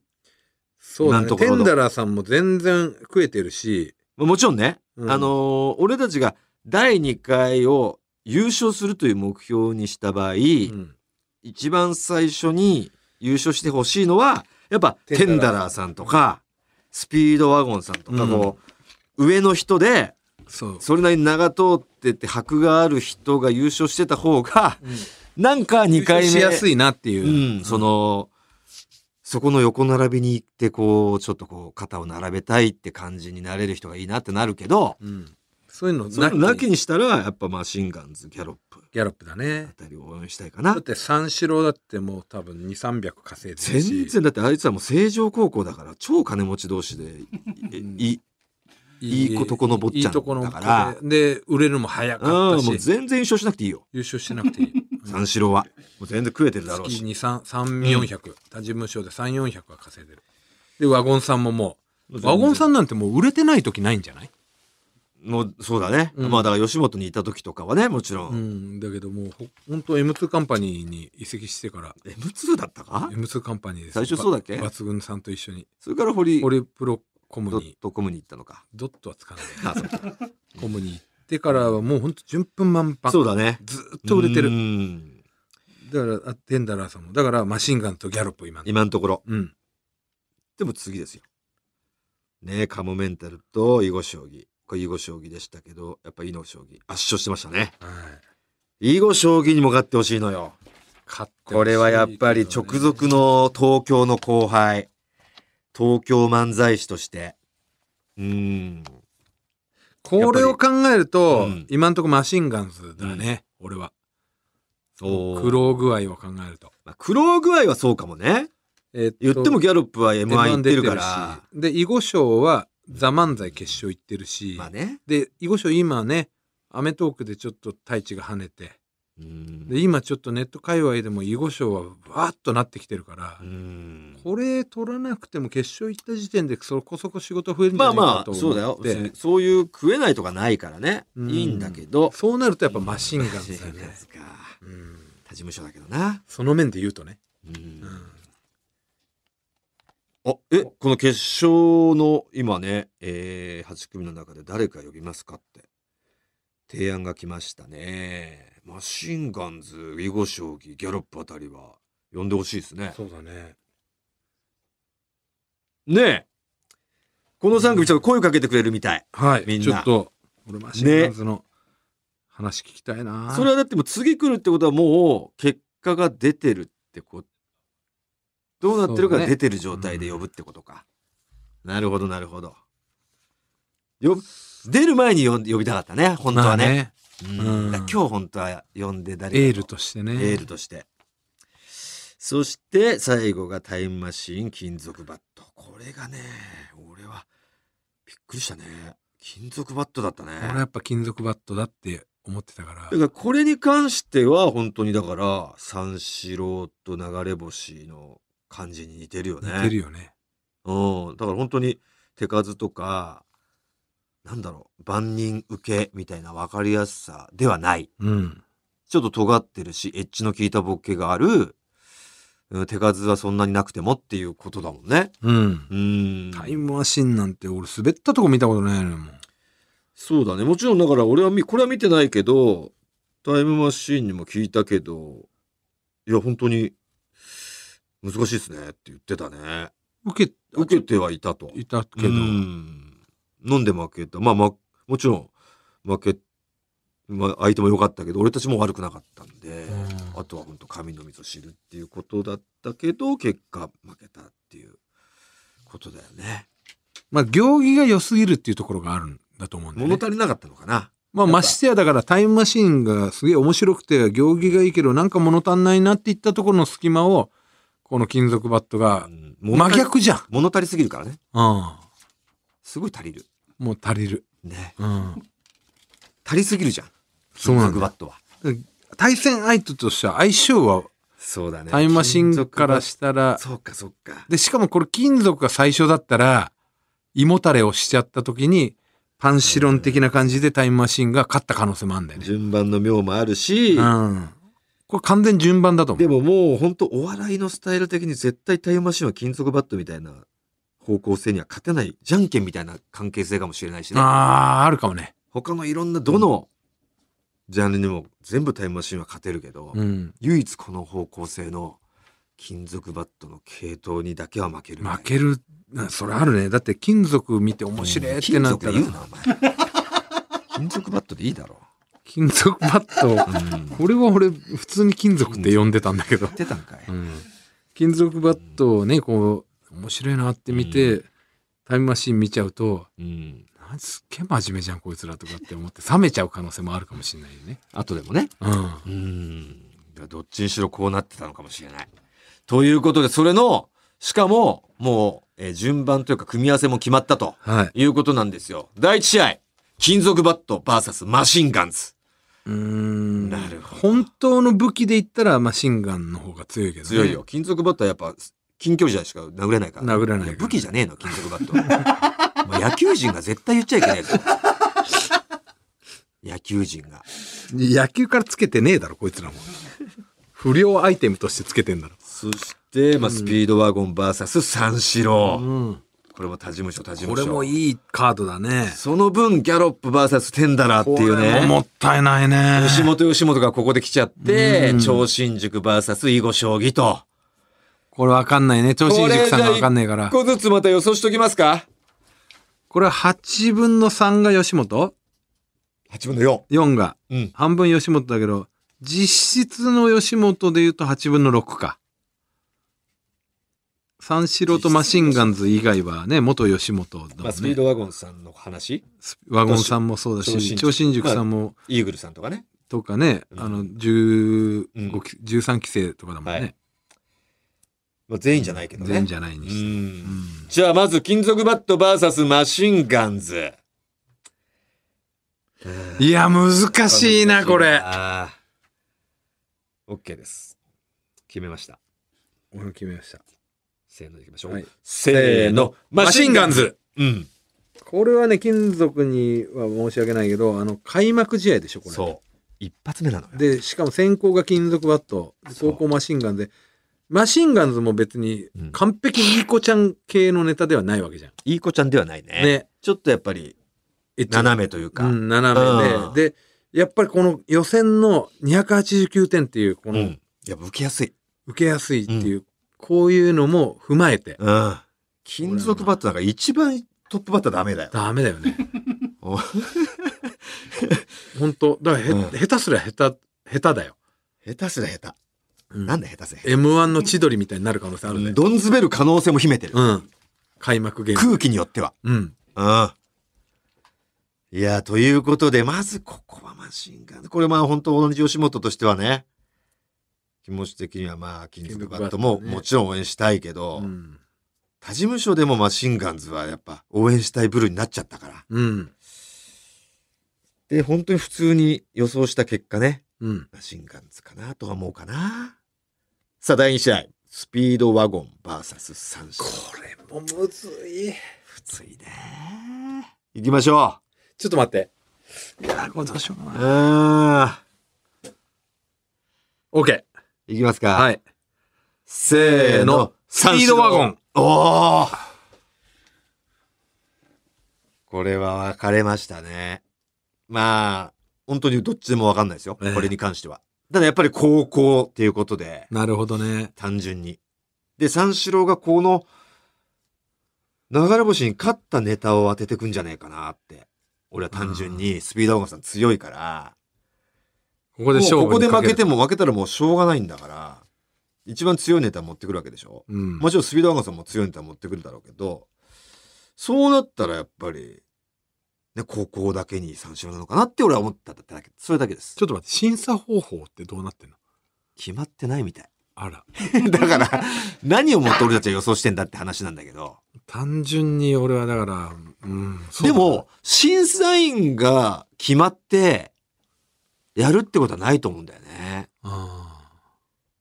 Speaker 3: そう
Speaker 2: 今
Speaker 3: だ
Speaker 2: の
Speaker 3: ね
Speaker 2: ところ
Speaker 3: テ
Speaker 2: の
Speaker 3: ンダラーさんも全然食えてるし
Speaker 2: まあもちろんね、
Speaker 3: うん
Speaker 2: あのー俺たちが第2回を優勝するという目標にした場合、
Speaker 3: うん
Speaker 2: 一番最初に優勝してほしいのはやっぱテ
Speaker 3: テ
Speaker 2: ン
Speaker 3: ン
Speaker 2: ダ
Speaker 3: ダ
Speaker 2: ラ
Speaker 3: ラ
Speaker 2: ーさんとかスピードワゴンさんとかこう、上の人で
Speaker 3: そう
Speaker 2: それなりに長通ってて箔がある人が優勝してた方がなんか2回目
Speaker 3: しやすいなっていう
Speaker 2: うん、その、そこの横並びに行って、こう、ちょっとこう、肩を並べたいって感じになれる人がいいなってなるけど、
Speaker 3: うんそういうの
Speaker 2: それな
Speaker 3: な
Speaker 2: き
Speaker 3: きに
Speaker 2: にしたら、やっぱマシンガンズ、ギャロップ
Speaker 3: ギャロップだね
Speaker 2: あたりを応援したいか
Speaker 3: だ
Speaker 2: な
Speaker 3: っ。て三四郎だってもう多分2300稼いでるし
Speaker 2: 全然、だってあいつはもう成城高校だから、超金持ち同士で、い、い、いい子とこの坊ちゃん
Speaker 3: いいとこの
Speaker 2: だから
Speaker 3: で売れるのも早
Speaker 2: うん、
Speaker 3: かった
Speaker 2: もう
Speaker 3: し
Speaker 2: 全然優勝しなくていいよ。
Speaker 3: 優勝してなく
Speaker 2: (laughs)
Speaker 3: ていい
Speaker 2: 三四郎は。もう全然食えてるだろう
Speaker 3: 月
Speaker 2: し。
Speaker 3: に三三四百他事務所で三四百は稼いでるでワゴンさんももうワゴンさんなんてもう売れてない時ないんじゃない
Speaker 2: もう、そうだね。
Speaker 3: うん
Speaker 2: まあ、だから吉本にいた時とかはね、もちろ。
Speaker 3: うんんだけどもうほ本当 M2 カンパニーに移籍してから
Speaker 2: M2 だったか
Speaker 3: M2 カンパニーです
Speaker 2: 最初そうだっけ
Speaker 3: ば抜群さんと一緒に
Speaker 2: それから堀、
Speaker 3: オリプロコム
Speaker 2: ド
Speaker 3: に
Speaker 2: ットコムに行ったのか。
Speaker 3: ドットはつかない
Speaker 2: あそうか
Speaker 3: コムに行ってからはもう本当順風満帆
Speaker 2: そうだね。
Speaker 3: ずーっと売れてる
Speaker 2: うん
Speaker 3: だからあテンダラーさんもだからマシンガンとギャロップ今の
Speaker 2: 今のところ。
Speaker 3: うん
Speaker 2: でも次ですよ。ねえカモメンタルと囲碁将棋。これ囲碁将棋でしたけど、やっぱ囲碁将棋圧勝してましたね。
Speaker 3: はい
Speaker 2: 囲碁将棋にも勝ってほしいのよ。
Speaker 3: 勝ってほしいけどね
Speaker 2: これはやっぱり直属の東京の後輩。東京漫才師として。うーん。
Speaker 3: これを考えると、
Speaker 2: うん
Speaker 3: 今んとこマシンガンズだね、俺は
Speaker 2: おー
Speaker 3: 苦労具合を考えると,、
Speaker 2: まあ、苦労具合はそうかもね。
Speaker 3: えっと
Speaker 2: 言ってもギャロップは M1 行
Speaker 3: M1
Speaker 2: って
Speaker 3: 出
Speaker 2: るから。
Speaker 3: しで囲碁賞は「ザ漫才決勝行ってるし、
Speaker 2: まあね。
Speaker 3: で囲碁賞今ね『アメトーーク』でちょっと太一が跳ねて
Speaker 2: うーん
Speaker 3: で今ちょっとネット界隈でも囲碁賞はわーっとなってきてるから、
Speaker 2: うーん
Speaker 3: これ取らなくても決勝行った時点でそこそこ仕事増えるんじ
Speaker 2: ま
Speaker 3: ゃ
Speaker 2: あ
Speaker 3: ないか
Speaker 2: ま
Speaker 3: と
Speaker 2: あ
Speaker 3: 思
Speaker 2: そうだよ
Speaker 3: っ
Speaker 2: 別に
Speaker 3: て
Speaker 2: そういう食えないとかないからね
Speaker 3: うん
Speaker 2: いいんだけど
Speaker 3: そうなるとやっぱマシンガン
Speaker 2: マシン
Speaker 3: ズだ
Speaker 2: ガン
Speaker 3: ね、
Speaker 2: (laughs) ズか
Speaker 3: うん、
Speaker 2: 他事務所だけどな
Speaker 3: その面で言うとね、
Speaker 2: うん
Speaker 3: うん
Speaker 2: あえこの決勝の今ねえ8組の中で誰か呼びますかって提案が来ましたねマシンガンズ囲碁将棋ギャロップあたりは呼んでほしいですね
Speaker 3: そうだね
Speaker 2: ねえこの3組ちょっと声かけてくれるみたい
Speaker 3: はい
Speaker 2: みんな
Speaker 3: ちょっと俺マシンガンズの話聞きたいな、
Speaker 2: それはだってもう次来るってことはもう結果が出てるってことどうなってるか
Speaker 3: そうね
Speaker 2: 出てる状態で呼ぶってことか、なるほどなるほどよ出る前に呼ん呼びたかったね本当
Speaker 3: まあ
Speaker 2: はね,
Speaker 3: ね
Speaker 2: うん、
Speaker 3: うん
Speaker 2: だから今日本当は呼んで誰かと
Speaker 3: エールとしてね
Speaker 2: エールとしてそして最後がタイムマシーン金属バットこれがね俺はびっくりしたね金属バットだったね
Speaker 3: 俺はやっぱ金属バットだって思ってたから
Speaker 2: だからこれに関しては本当にだから三四郎と流れ星の感じに似てるよね。
Speaker 3: 似てるよね
Speaker 2: うん、だから本当に手数とかなんだろう万人受けみたいな分かりやすさではない
Speaker 3: うん
Speaker 2: ちょっと尖ってるしエッジの効いたボケがある、うん、手数はそんなになくてもっていうことだもんね。
Speaker 3: うん
Speaker 2: うん
Speaker 3: タイムマシンなんて俺滑ったとこ見たことないのよもう
Speaker 2: そうだねもちろんだから俺はみこれは見てないけどタイムマシーンにも聞いたけどいや本当に難しいですねって言ってたね
Speaker 3: 受け
Speaker 2: 受けてはいたと
Speaker 3: いたけ
Speaker 2: けど
Speaker 3: ど、
Speaker 2: 飲んで負けたまあ、ま、もちろん負け、まあ、相手も良かったけど俺たちも悪くなかったんで、
Speaker 3: うん
Speaker 2: あとは本当神の水を知るっていうことだったけど結果負けたっていうことだよね
Speaker 3: まあ行儀が良すぎるっていうところがあるんだと思うんだよ
Speaker 2: 物
Speaker 3: ね、
Speaker 2: 足りなかったのかな
Speaker 3: まあましてやだからタイムマシンがすげえ面白くて行儀がいいけどなんか物足んないなっていったところの隙間をこの金属バットが
Speaker 2: うん物
Speaker 3: 真
Speaker 2: 足り
Speaker 3: 逆じゃん、
Speaker 2: 物足りすぎるからね
Speaker 3: うん、
Speaker 2: すごい足りる
Speaker 3: もう足りる、
Speaker 2: ね
Speaker 3: うん、
Speaker 2: 足りすぎるじゃん。
Speaker 3: そうなん
Speaker 2: 金属
Speaker 3: だ
Speaker 2: バットは。
Speaker 3: 対戦相手としては相性は
Speaker 2: そうだね
Speaker 3: タイムマシンからしたら
Speaker 2: そうかそうか。
Speaker 3: でしかもこれ金属が最初だったら胃もたれをしちゃった時にパンシロン的な感じでタイムマシンが勝った可能性もあるんだよね
Speaker 2: 順番の妙もあるし、
Speaker 3: うん。これ完全順番だと思
Speaker 2: で
Speaker 3: う。
Speaker 2: ももう本当お笑いのスタイル的に絶対タイムマシンは金属バットみたいな方向性には勝てない、じゃんけんみたいな関係性かもしれないしね。
Speaker 3: ああ、あるかもね。
Speaker 2: 他のいろんなどのジャンルにも全部タイムマシンは勝てるけど、
Speaker 3: うん。
Speaker 2: 唯一この方向性の金属バットの系統にだけは負けるみたいな。
Speaker 3: 負ける、なそれあるね。だって金属見て面白いってなった
Speaker 2: 金属で
Speaker 3: ら、
Speaker 2: 言うな、お前。金属バットでいいだろ。
Speaker 3: 金属バット、
Speaker 2: うん
Speaker 3: これは (laughs) 俺、普通に金属って呼んでたんだけど
Speaker 2: 言っ。てたんかい。
Speaker 3: うん。金属バットをね、こう、面白いなって見て、タイムマシン見ちゃうと、
Speaker 2: うん。
Speaker 3: なんすっげえ真面目じゃん、こいつらとかって思って、冷めちゃう可能性もあるかもしれないよね。
Speaker 2: 後でもね。
Speaker 3: うん。
Speaker 2: うん。どっちにしろこうなってたのかもしれない。ということで、それの、しかも、もう、えー順番というか組み合わせも決まったと
Speaker 3: はい。
Speaker 2: いうことなんですよ。第1試合、金属バット VS マシンガンズ。
Speaker 3: うーん。
Speaker 2: なるほど
Speaker 3: 本当の武器で言ったら、マシンガンの方が強いけどね。
Speaker 2: 強いよ。。金属バットはやっぱ、近距離じゃしか殴れないから。
Speaker 3: 殴れない
Speaker 2: や武器じゃねえの、金属バットは。 (laughs) もう野球人が絶対言っちゃいけないぞ。 (laughs) 野球人が。
Speaker 3: 野球からつけてねえだろこいつらも不良アイテムとしてつけてんだろ
Speaker 2: そして、まあ、スピードワゴン VS 三四郎。
Speaker 3: ん
Speaker 2: これも他事務所他事
Speaker 3: (laughs) こ
Speaker 2: 務所
Speaker 3: れもいいカードだね。
Speaker 2: その分ギャロップ VS テンダラーっていう
Speaker 3: これもも
Speaker 2: ね
Speaker 3: ったいないね。
Speaker 2: 吉本吉本がここで来ちゃって、
Speaker 3: うん
Speaker 2: 超新塾 VS 囲碁将棋と
Speaker 3: これわかんないね。調子塾さんがわかんないから
Speaker 2: こ。れじゃあ一個ずつまた予想しときますか
Speaker 3: これ8分の3が吉本
Speaker 2: 8分の
Speaker 3: ?4 が。
Speaker 2: 4うん
Speaker 3: 半分吉本だけど、実質の吉本で言うと8分の6か。三四郎とマシンガンズ以外はね、元吉本だもんね。
Speaker 2: まあ、スピードワゴンさんの話
Speaker 3: スピワゴンさんもそうだし、
Speaker 2: 超
Speaker 3: 超
Speaker 2: 新
Speaker 3: 新
Speaker 2: 塾
Speaker 3: 塾さんも、
Speaker 2: イーグルさんとかね
Speaker 3: とかね、
Speaker 2: うん
Speaker 3: あの、15
Speaker 2: うん
Speaker 3: 期、13期生とかだもん
Speaker 2: はい
Speaker 3: ね。
Speaker 2: まあ全員じゃないけどね
Speaker 3: 全員じゃないうにして。うんん
Speaker 2: じゃあまず金属バット VS マシンガンズ
Speaker 3: いや、難しいな、これ。
Speaker 2: あー OK です決めました
Speaker 3: 俺も決めました。
Speaker 2: せーのでいきましょう、
Speaker 3: はい
Speaker 2: せーのマシンガンズうん
Speaker 3: これはね、金属には申し訳ないけど、あの、開幕試合でしょ、これ。
Speaker 2: そう一発目なのよ
Speaker 3: で、しかも先行が金属バット、
Speaker 2: そう
Speaker 3: 後攻マシンガンで、マシンガンズも別に
Speaker 2: うん
Speaker 3: 完璧いい子ちゃん系のネタではないわけじゃん。
Speaker 2: いい子ちゃんではないね
Speaker 3: ね。
Speaker 2: ちょっとやっぱり
Speaker 3: えっと
Speaker 2: 斜めというか、
Speaker 3: うん、斜
Speaker 2: うん
Speaker 3: めで。で、やっぱりこの予選の289点っていう、こ
Speaker 2: う
Speaker 3: の
Speaker 2: んやっぱ受けやすい、
Speaker 3: 受けやすいっていう、こういうのも踏まえて、
Speaker 2: うん、金属バットなんか一番トップバッターダメだよ
Speaker 3: ダメだよね。 (laughs)
Speaker 2: お下
Speaker 3: 本当だからへ、
Speaker 2: うん
Speaker 3: 下手すりゃ下手、下手だよ。
Speaker 2: 手すら下
Speaker 3: う
Speaker 2: 手
Speaker 3: ん
Speaker 2: なんで下手すりゃ
Speaker 3: M1 の千鳥みたいになる可能性あるね。
Speaker 2: どんずべる可能性も秘めてる、
Speaker 3: うん。開幕ゲーム。
Speaker 2: 空気によっては
Speaker 3: うん。
Speaker 2: うんいやということでまずここはマシンガンこれまあ本当同じ吉本としてはね気持ち的にはまあ金属バットも
Speaker 3: 金属バットね
Speaker 2: もちろん応援したいけど、
Speaker 3: うん。
Speaker 2: 他事務所でもマシンガンズはやっぱ応援したいブルーになっちゃったから。
Speaker 3: うん。
Speaker 2: で、本当に普通に予想した結果ね、
Speaker 3: うん。
Speaker 2: マシンガンズかなとは思うかな。さあ、第2試合。スピードワゴン VS 三振。
Speaker 3: れもむずい。
Speaker 2: 普通ね。行きましょ
Speaker 3: ちょっと待って。いや、これどうしようか
Speaker 2: う。う
Speaker 3: な。
Speaker 2: ーん。
Speaker 3: OK。
Speaker 2: 行きますか。。
Speaker 3: はいい。
Speaker 2: せーの。
Speaker 3: スピードワゴン。
Speaker 2: おーこれは分かれましたね。まあ、本当にどっちでも分かんないですよ。
Speaker 3: ええ
Speaker 2: これに関しては。ただやっぱり高校っていうことで、
Speaker 3: なるほどね。
Speaker 2: 単純に。で、三四郎がこの、流れ星に勝ったネタを当ててくんじゃねえかなって。俺は単純にスピードワゴンさん強いから、
Speaker 3: ここで
Speaker 2: もう
Speaker 3: 勝負
Speaker 2: ここで負けて
Speaker 3: も。
Speaker 2: も負けたらもうしょうがないんだから、一番強いネタ持ってくるわけでしょ。
Speaker 3: うん。
Speaker 2: もちろんスピードワゴンさんも強いネタ持ってくるだろうけど、そうなったらやっぱり、ね、高校だけに三四郎なのかなって俺は思っただけ、それだけです
Speaker 3: ちょ。っと待って、審査方法ってどうなってんの
Speaker 2: 決まってないみたい。 (laughs)
Speaker 3: あら。
Speaker 2: だから、何をもって俺たちは予想してんだって話なんだけど。
Speaker 3: 単純に俺はだから、うん。そう
Speaker 2: で
Speaker 3: だな
Speaker 2: も、、審査員が決まって、やるってことはないと思うんだよね。
Speaker 3: あ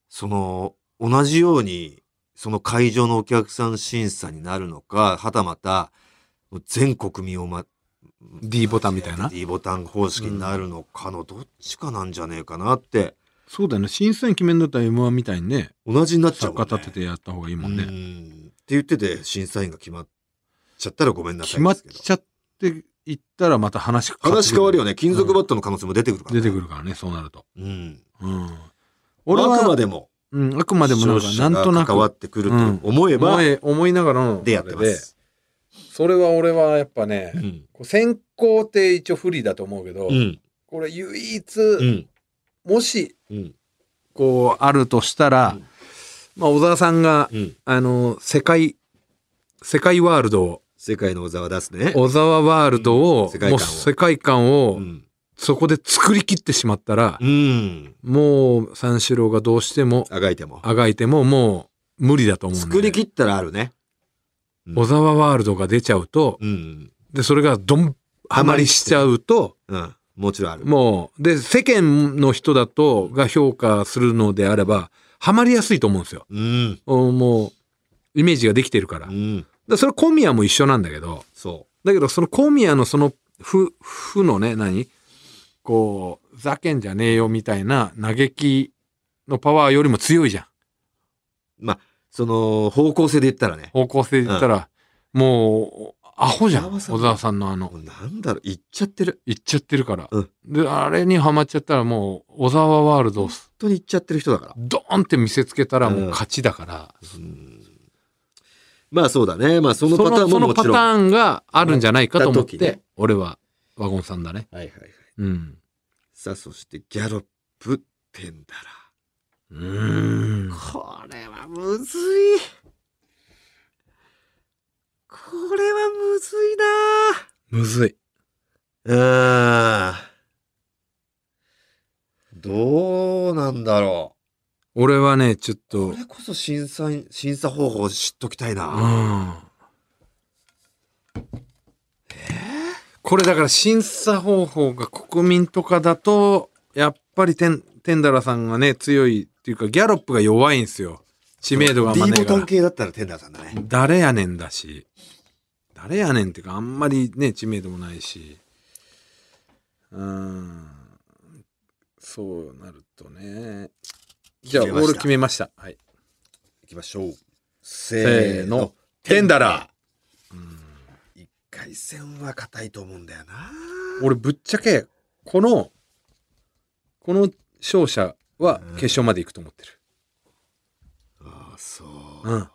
Speaker 2: その、同じように、その会場のお客さん審査になるのか、はたまた、全国民をま、
Speaker 3: ー D ボタンみたいな。
Speaker 2: D ボタン方式になるのかのどっちかなんじゃねえかなって、
Speaker 3: そうだよね。審査員決めんだったら M1 みたいにね、
Speaker 2: 同じになっちゃう
Speaker 3: 作
Speaker 2: もん
Speaker 3: 家
Speaker 2: ね。
Speaker 3: 立ててやった方がいいもん
Speaker 2: う
Speaker 3: ね。
Speaker 2: んって言ってて、審査員が決まっちゃったらごめんなさ
Speaker 3: 決
Speaker 2: い
Speaker 3: ま
Speaker 2: で
Speaker 3: っ
Speaker 2: すけど。
Speaker 3: ちゃっていったらまた話変わって
Speaker 2: 話
Speaker 3: く
Speaker 2: 変わるよね。金属バットの可能性も出てくるから、ね
Speaker 3: 出てくるからね、そうなると。
Speaker 2: うん。
Speaker 3: うん。
Speaker 2: 俺
Speaker 3: 俺は、
Speaker 2: あくまでも、
Speaker 3: うん、あくまでもなんか、なんとなく
Speaker 2: 関わってくると思えば、
Speaker 3: 思い思いながらの
Speaker 2: でやってます。
Speaker 3: それは俺はやっぱね
Speaker 2: うん。
Speaker 3: こう先行って一応不利だと思うけど、
Speaker 2: うん。
Speaker 3: これ唯一、
Speaker 2: うん。
Speaker 3: もし
Speaker 2: うん。
Speaker 3: こうあるとしたら、
Speaker 2: うん
Speaker 3: まあ、小沢さんが、
Speaker 2: うん。
Speaker 3: あの世界世界ワールドを
Speaker 2: 世界の小沢出すね。
Speaker 3: 小沢ワールドを,、
Speaker 2: 世界観を
Speaker 3: もう世界観を、
Speaker 2: うん。
Speaker 3: そこで作り切ってしまったら
Speaker 2: う、ん。
Speaker 3: もう三四郎がどうしても
Speaker 2: あがいても。
Speaker 3: あがいてももう無理だと思うんで
Speaker 2: 作り切ったらあるね。
Speaker 3: 小沢ワールドが出ちゃうと、
Speaker 2: うん。
Speaker 3: でそれがどんハマりしちゃうと
Speaker 2: うん。もちろんある。
Speaker 3: もうで世間の人だとが評価するのであればハマりやすいと思うんですよ
Speaker 2: うん。
Speaker 3: おもうイメージができてるから
Speaker 2: う
Speaker 3: だか
Speaker 2: ん。
Speaker 3: らそれ小宮も一緒なんだけど
Speaker 2: そ
Speaker 3: だけどその小宮のその負負のね何こうざけんじゃねえよみたいな嘆きのパワーよりも強いじゃん
Speaker 2: う。まあ、その、方向性で言ったらね。
Speaker 3: 方向性で言ったら、もう、アホじゃん。
Speaker 2: 小沢さん
Speaker 3: 小沢さんのあの
Speaker 2: も、うなんだろう、言っちゃってる。
Speaker 3: 行っちゃってるから。
Speaker 2: うん
Speaker 3: で、あれにハマっちゃったらもう、小沢ワールドを
Speaker 2: 本当に言っちゃってる人だから。
Speaker 3: ドーンって見せつけたらもう勝ちだから、
Speaker 2: うんまあそうだね。まあそのパターン
Speaker 3: そ
Speaker 2: も
Speaker 3: の
Speaker 2: も
Speaker 3: パ
Speaker 2: ち
Speaker 3: タ
Speaker 2: ろん。は
Speaker 3: ーンがあるんじゃないかと思って、
Speaker 2: うんやった時ね
Speaker 3: 俺はワゴンさんだね。
Speaker 2: いはいはい。
Speaker 3: うん。
Speaker 2: さあ、そしてギャロップ、ペンダ
Speaker 3: うーん
Speaker 2: ラ。。これはむずい。これはむずいな
Speaker 3: むずい。
Speaker 2: うーん。どうなんだろ
Speaker 3: 俺はね、ちょっ
Speaker 2: う。
Speaker 3: と
Speaker 2: こ、れこそ審査、審査方法知っときたいな。
Speaker 3: うん。これだから審査方法が国民とかだと、やっぱりテン、テンダラさんがね、強いっていうか、ギャロップが弱いんですよ。知名度があんま
Speaker 2: D
Speaker 3: ねえ
Speaker 2: ボ
Speaker 3: か
Speaker 2: タ
Speaker 3: ら
Speaker 2: ン。系だったらテンダーさんだね。
Speaker 3: 誰やねんだし。誰やねんっていうか、あんまりね、知名度もないし。うーん。そうなるとね。じゃあ、オ
Speaker 2: 決めました
Speaker 3: ール決めました。はい。
Speaker 2: いきましょう。
Speaker 3: せーの。テンダラー。
Speaker 2: 一回戦は硬いと思うんだよな。
Speaker 3: 俺ぶっちゃけこのこの勝者は決勝まで行くと思ってる、
Speaker 2: ああ、そう。
Speaker 3: うん、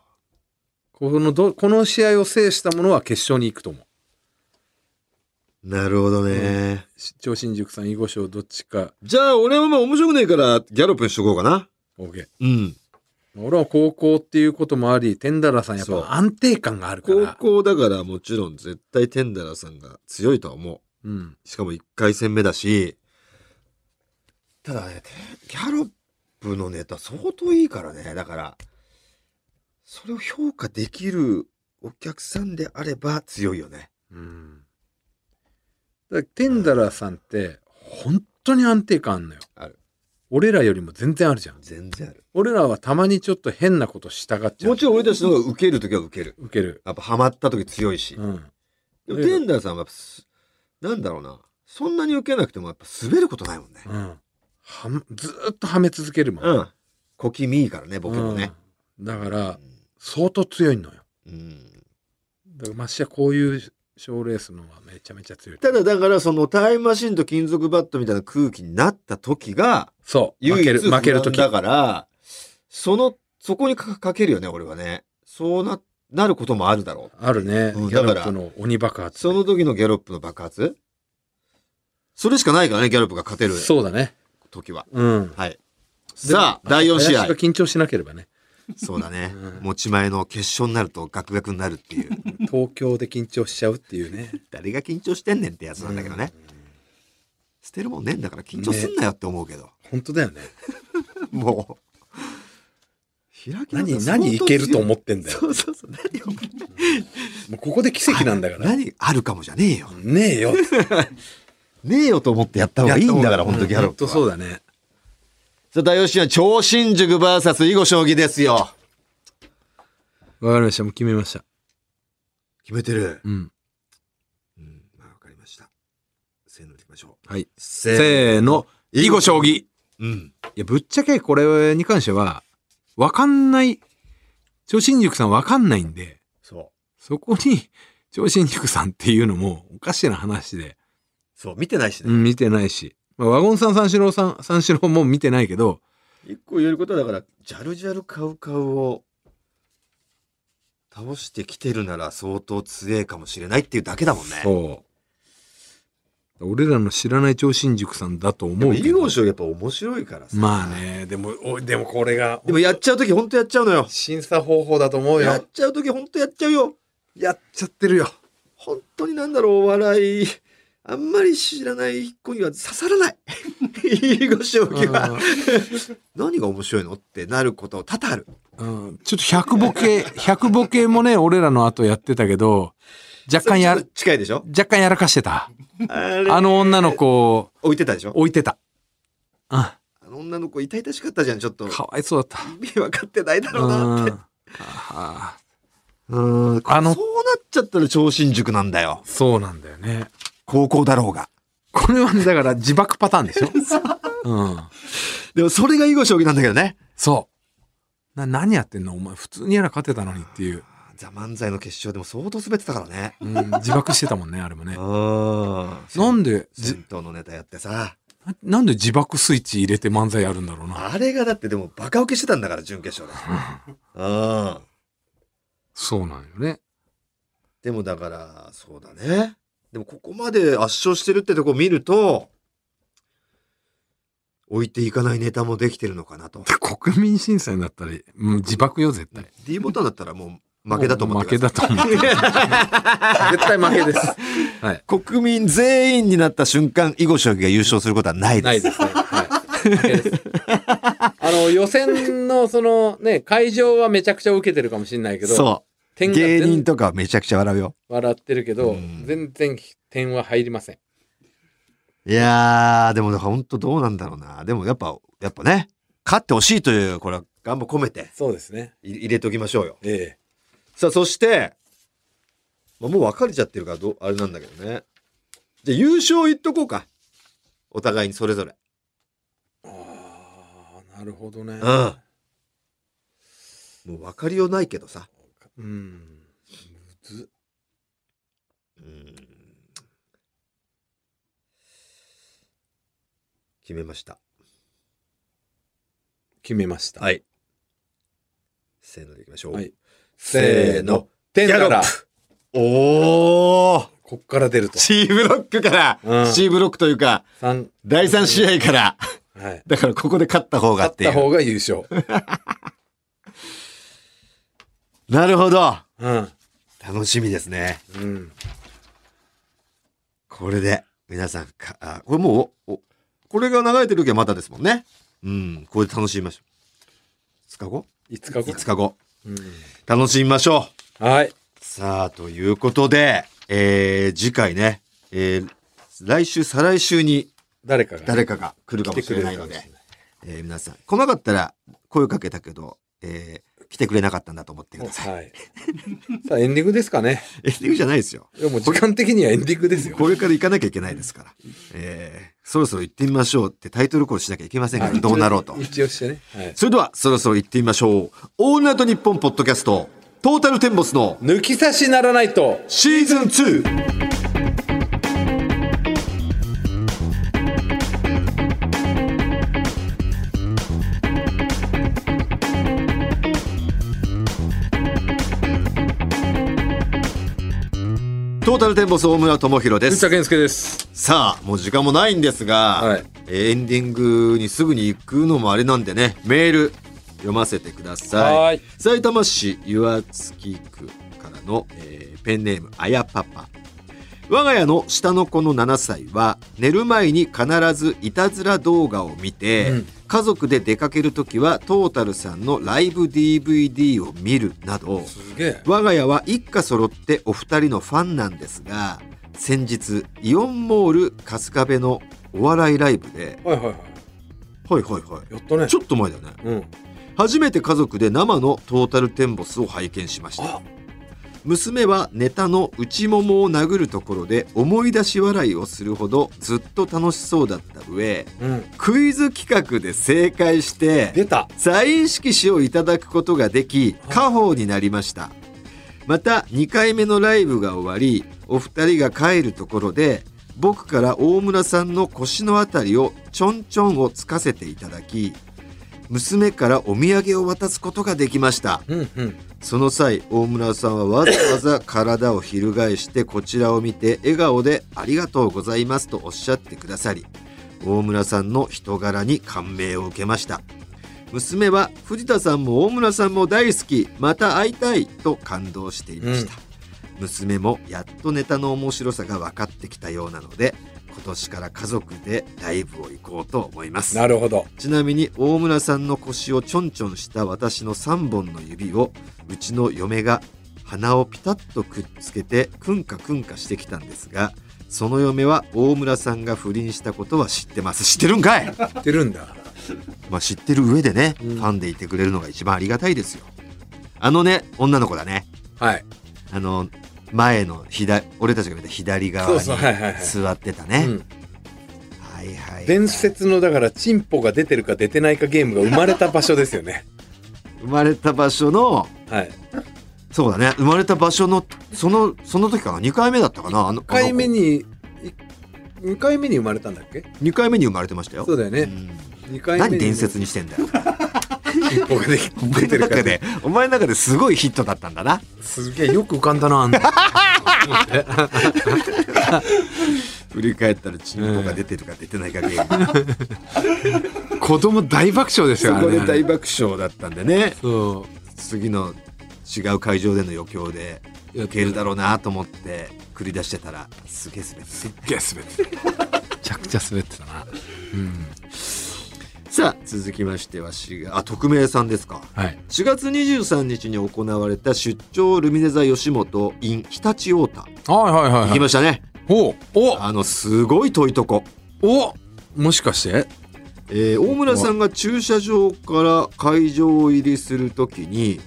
Speaker 3: このどこの試合を制したものは決勝に行くと思う
Speaker 2: なるほどね。
Speaker 3: し超新塾さん囲碁賞どっちか
Speaker 2: じゃあ、俺はもう面白くねえから、ギャロップにしとこうかな。
Speaker 3: OK
Speaker 2: うん。
Speaker 3: 俺は高校っていうこともありテンダラさんやっ
Speaker 2: そう
Speaker 3: ぱ安定感があるか
Speaker 2: 高
Speaker 3: ら
Speaker 2: 校だからもちろん絶対テンダラーさんが強いとは思
Speaker 3: うん
Speaker 2: う。しかも一回戦目だし。ただね、てギャロップのネタ相当いいからね。だから、それを評価できるお客さんであれば強いよね。
Speaker 3: うんだからテンダラさんって本当に安定感あんのよ
Speaker 2: ある
Speaker 3: 俺らよりも全然あるじゃん
Speaker 2: 全然ある。
Speaker 3: 俺らはたまにちょっと変なことしたがっちゃう
Speaker 2: もちろん俺たちの方が受けるときは受ける。
Speaker 3: 受ける
Speaker 2: やっぱハマったとき強いし。
Speaker 3: うん
Speaker 2: でもテンダーさんはやっぱす、なんだろうな。そんなに受けなくてもやっぱ滑ることないもんね。
Speaker 3: うん、はんずーっとはめ続けるもん、
Speaker 2: うん。小気味いいからね、ボケもね。
Speaker 3: うんだか
Speaker 2: う
Speaker 3: ら
Speaker 2: ん
Speaker 3: 相当強いのよ
Speaker 2: うん
Speaker 3: だからマッシャこういう賞レースのはめちゃめちゃ強い
Speaker 2: ただだからそのタイムマシンと金属バットみたいな空気になった時が
Speaker 3: そう
Speaker 2: 唯
Speaker 3: 負
Speaker 2: 一
Speaker 3: ける負ける
Speaker 2: 不
Speaker 3: 時
Speaker 2: 安だからそのそこにかかけるよね俺はねそうななることもあるだろう
Speaker 3: あるね、
Speaker 2: うん
Speaker 3: ギャロ
Speaker 2: だ
Speaker 3: ッ
Speaker 2: から
Speaker 3: プの鬼爆発
Speaker 2: その時のギャロップの爆発それしかないからねギャロップが勝てる
Speaker 3: そうだね
Speaker 2: 時は
Speaker 3: うん
Speaker 2: はいさあ第4試合
Speaker 3: 林が緊張しなければね
Speaker 2: そうだね
Speaker 3: うん
Speaker 2: 持ち前の決勝になるとガクガクになるっていう
Speaker 3: (laughs) 東京で緊張しちゃうっていう
Speaker 2: (laughs)
Speaker 3: ね
Speaker 2: 誰が緊張してんねんってやつなんだけどね捨てるもんねえんだから緊張すんなよって思うけど
Speaker 3: 本当だよね
Speaker 2: もう。開き直った
Speaker 3: 何何いけると思ってんだよ
Speaker 2: そうそうそう。何お前
Speaker 3: もうここで奇跡なんだから
Speaker 2: 何あるかもじゃねえよ。
Speaker 3: ねえよ
Speaker 2: ねえよと思ってやった方がいいんだから、本当ギャロップ
Speaker 3: と
Speaker 2: は。
Speaker 3: そうだね
Speaker 2: さあ、大吉は超新塾 VS 囲碁将棋ですよ。
Speaker 3: わかりましたもう決めました
Speaker 2: 決めてる。
Speaker 3: うん
Speaker 2: うん、まあわかりました。せーのでいきましょう。
Speaker 3: はい
Speaker 2: せー
Speaker 3: せーの囲碁将棋
Speaker 2: うん。
Speaker 3: いや、ぶっちゃけこれに関しては、わかんない、超新塾さんわかんないんで、
Speaker 2: そう。
Speaker 3: そこに、超新塾さんっていうのもおかしな話で、
Speaker 2: そう、見てないし
Speaker 3: う
Speaker 2: ね。
Speaker 3: ん、見てないし。まあ、ワゴンさん、三四郎さん、三四郎も見てないけど、
Speaker 2: 一個言えることは、だから、ジャルジャルカウカウを倒してきてるなら相当強えかもしれないっていうだけだもんね。
Speaker 3: そう。俺らの知らない超新塾さんだと
Speaker 2: で
Speaker 3: 思
Speaker 2: も
Speaker 3: うけ
Speaker 2: 囲
Speaker 3: ど
Speaker 2: 碁。将棋やっぱ面白いからさ。
Speaker 3: まあね、でも、おでもこれが、
Speaker 2: でもやっちゃうとき本当やっちゃうのよ。
Speaker 3: 審査方法だと思う
Speaker 2: やっ。ちゃうとき本当やっちゃうよ。
Speaker 3: やっちゃってるよ。
Speaker 2: 本当になんだろう、お笑い。あんまり知らない子には刺さらない。囲碁将棋は。何が面白いのってなること多々ある。
Speaker 3: うん、ちょっと100ボケ、100ボケもね、俺らの後やってたけど、若干や
Speaker 2: それちょっと、近いでしょ
Speaker 3: 若干やらかしてた。
Speaker 2: あれ
Speaker 3: あの女の子を
Speaker 2: 置いてたでしょ
Speaker 3: 置いてた。あ、
Speaker 2: あの女の子痛々しかったじゃん、ちょっと。
Speaker 3: かわいそうだっ
Speaker 2: 意味分かってないだ
Speaker 3: た。
Speaker 2: ろうなって。
Speaker 3: あ
Speaker 2: うん。
Speaker 3: あの
Speaker 2: そうなっちゃったら超新塾なんだよ。
Speaker 3: そうなんだよね。
Speaker 2: 高校だろうが。
Speaker 3: これはね、だから自爆パターンでしょ。うん。
Speaker 2: でもそれが囲碁将棋なんだけどね。
Speaker 3: そう。な、何やってんのお前、普通にやら勝てたのにっていう。
Speaker 2: ザ漫才の決勝でも相当滑ってたからね。
Speaker 3: うん、自爆してたもんね、あれ
Speaker 2: (laughs)
Speaker 3: もね。
Speaker 2: ああ。
Speaker 3: なんで、じ
Speaker 2: 銭湯のネタやってさ。
Speaker 3: ななんで自爆スイッチ入れて漫才やるんだろうな。
Speaker 2: あれがだってでもバカ受けしてたんだから、準決勝で。うん。
Speaker 3: そうなんよね。
Speaker 2: でもだから、そうだね。でもここまで圧勝してるってとこ見ると、置いていかないネタもできてるのかなと。
Speaker 3: 国民審査になったり、うん、自爆よ、絶対。
Speaker 2: D ボタンだったらもう負けだと思って
Speaker 3: 負けだと思って。絶対負けです。はい。
Speaker 2: 国民全員になった瞬間、囲碁将棋が優勝することはないです。
Speaker 3: ないですね。はい。負けです (laughs) あの予選のそのね会場はめちゃくちゃ受けてるかもしれないけど
Speaker 2: そ
Speaker 3: 点
Speaker 2: う。
Speaker 3: が全
Speaker 2: 芸人とかはめちゃくちゃ笑うよ。
Speaker 3: 笑ってるけど、
Speaker 2: うん
Speaker 3: 全然点は入りません
Speaker 2: いやー、でもだから本当どうなんだろうな。でもやっぱ、やっぱね、勝ってほしいという、これは願望込めて
Speaker 3: そうですね
Speaker 2: い入れておきましょうよ。
Speaker 3: え
Speaker 2: さあ、そして、まあ、もう別れちゃってるからどう、あれなんだけどね。じゃあ優勝言っとこうか。お互いにそれぞれ。
Speaker 3: えああなるほどね
Speaker 2: うんもう分かりようないけどさ。
Speaker 3: うんず
Speaker 2: うん決めました。
Speaker 3: 決めました、
Speaker 2: はい。せーのでいきましょう。
Speaker 3: はい
Speaker 2: せーの。
Speaker 3: 点なら
Speaker 2: おー
Speaker 3: こっから出ると
Speaker 2: !C ブロックから、
Speaker 3: うん
Speaker 2: C ブロックというか、
Speaker 3: 三
Speaker 2: 第3試合から、
Speaker 3: はい
Speaker 2: だからここで勝った方がっ
Speaker 3: 勝って
Speaker 2: い
Speaker 3: た
Speaker 2: う。
Speaker 3: 方が優
Speaker 2: (laughs)
Speaker 3: 勝
Speaker 2: なるほど。
Speaker 3: うん
Speaker 2: 楽しみですね。
Speaker 3: うん
Speaker 2: これで、皆さんか、あ、これもう、おおこれが流れてる時はまたですもんね。うん、これで楽しみましょう。5日後
Speaker 3: 5日後
Speaker 2: ?5 日後。
Speaker 3: うん
Speaker 2: 楽しみましょう。
Speaker 3: はい
Speaker 2: さあ、ということで、えー、次回ね、えー、来週、再来週に
Speaker 3: 誰かが
Speaker 2: 誰かが来るかも
Speaker 3: 来て
Speaker 2: し
Speaker 3: く
Speaker 2: れ
Speaker 3: れ
Speaker 2: ない
Speaker 3: るか
Speaker 2: の
Speaker 3: もし
Speaker 2: で
Speaker 3: れ、ない
Speaker 2: えー皆さん、来なかったら声をかけたけど、えー、来てくれなかったんだと思ってください。
Speaker 3: はいさあエンディングですかね
Speaker 2: エンディングじゃないですよ。
Speaker 3: いやもう時間的にはエンディングですよ
Speaker 2: これから行かなきゃいけないですから。えー、そろそろ行ってみましょうってタイトルコールしなきゃいけませんから、
Speaker 3: はい
Speaker 2: どうなろうと。
Speaker 3: 一応してね、はい、
Speaker 2: それでは、そろそろ行ってみましょう。オールナイトニッポンポッドキャスト、トータルテンボスの
Speaker 3: 抜き差しならないと
Speaker 2: シーズン 2! トータルテンボス大村智広です
Speaker 3: 藤。田健介です
Speaker 2: さあもう時間もないんですが、
Speaker 3: はい
Speaker 2: えーエンディングにすぐに行くのもあれなんでねメール読ませてください
Speaker 3: はーい
Speaker 2: 埼玉市岩槻区からの、えーペンネームあやパパ我が家の下の子の7歳は寝る前に必ずいたずら動画を見て、
Speaker 3: うん
Speaker 2: 家族で出かける時はトータルさんのライブ DVD を見るなど
Speaker 3: すげえ
Speaker 2: 我が家は一家揃ってお二人のファンなんですが先日イオンモール春日部のお笑いライブで
Speaker 3: はいはい
Speaker 2: は
Speaker 3: は
Speaker 2: いはいはい
Speaker 3: いやったね
Speaker 2: ちょっと前だよね
Speaker 3: うん
Speaker 2: 初めて家族で生のトータルテンボスを拝見しました
Speaker 3: あ
Speaker 2: 娘はネタの内ももを殴るところで思い出し笑いをするほどずっと楽しそうだった上
Speaker 3: うん
Speaker 2: クイズ企画で正解して
Speaker 3: 出た
Speaker 2: サイン色紙をいただくことができ
Speaker 3: はい
Speaker 2: 家宝になりましたまた2回目のライブが終わりお二人が帰るところで僕から大村さんの腰のあたりをちょんちょんをつかせていただき娘からお土産を渡すことができました
Speaker 3: うんうん
Speaker 2: その際大村さんはわざわざ体を翻してこちらを見て笑顔で「ありがとうございます」とおっしゃってくださり大村さんの人柄に感銘を受けました娘は藤田さんも大村さんも大好きまた会いたいと感動していました、娘もやっとネタの面白さが分かってきたようなので今年から家族でライブを行こうと思います
Speaker 3: なるほど
Speaker 2: ちなみに大村さんの腰をちょんちょんした私の3本の指をうちの嫁が鼻をピタッとくっつけてくんかくんかしてきたんですがその嫁は大村さんが不倫したことは知ってます知ってるんかい (laughs)
Speaker 3: 出るんだ
Speaker 2: まあ知ってる上でね、
Speaker 3: うん
Speaker 2: ファンでいてくれるのが一番ありがたいですよあのね女の子だね
Speaker 3: はい
Speaker 2: あの前の左俺たちが見た左側
Speaker 3: そう
Speaker 2: に
Speaker 3: そうはいはいはい
Speaker 2: 座ってた
Speaker 3: う
Speaker 2: ね
Speaker 3: ん、
Speaker 2: はいはい
Speaker 3: 伝説のだからチンポが出てるか出てないかゲームが生まれた場所ですよね
Speaker 2: 生まれた場所の
Speaker 3: はい
Speaker 2: そうだね生まれた場所のそのその時かな2回目だったかなあの
Speaker 3: 1回目
Speaker 2: に
Speaker 3: に2回目に生まれたんだっけ
Speaker 2: 2回目に生まれてましたよ
Speaker 3: そうだよ
Speaker 2: う
Speaker 3: ね
Speaker 2: ん
Speaker 3: 2回目
Speaker 2: 何伝説にしてんだよ
Speaker 3: 一歩
Speaker 2: (laughs)
Speaker 3: ができ
Speaker 2: お前
Speaker 3: 出て
Speaker 2: の
Speaker 3: る
Speaker 2: 中
Speaker 3: から
Speaker 2: でお前の中ですごいヒットだったんだな
Speaker 3: すげえよく浮かんだなあんた
Speaker 2: 振り返ったらチンコが出てるか出てないかゲーム、
Speaker 3: 子供大爆笑ですよ
Speaker 2: そ
Speaker 3: あ
Speaker 2: こで
Speaker 3: れ
Speaker 2: 大爆笑だったんでね
Speaker 3: そ
Speaker 2: 次の違う会場での余興で
Speaker 3: うや
Speaker 2: いけるだろうなと思って繰り出してたらすげえ滑って
Speaker 3: すっげえ滑ってためちゃくちゃ滑ってたなうん
Speaker 2: さあ続きましてはしがあ匿名さんですか
Speaker 3: はい
Speaker 2: 4月23日に行われた出張ルミネ座吉本 in 常陸太田
Speaker 3: はいはいはい、
Speaker 2: 行きましたね
Speaker 3: おお
Speaker 2: あのすごい遠いとこ
Speaker 3: おもしかして
Speaker 2: えー大村さんが駐車場から会場を入りするときに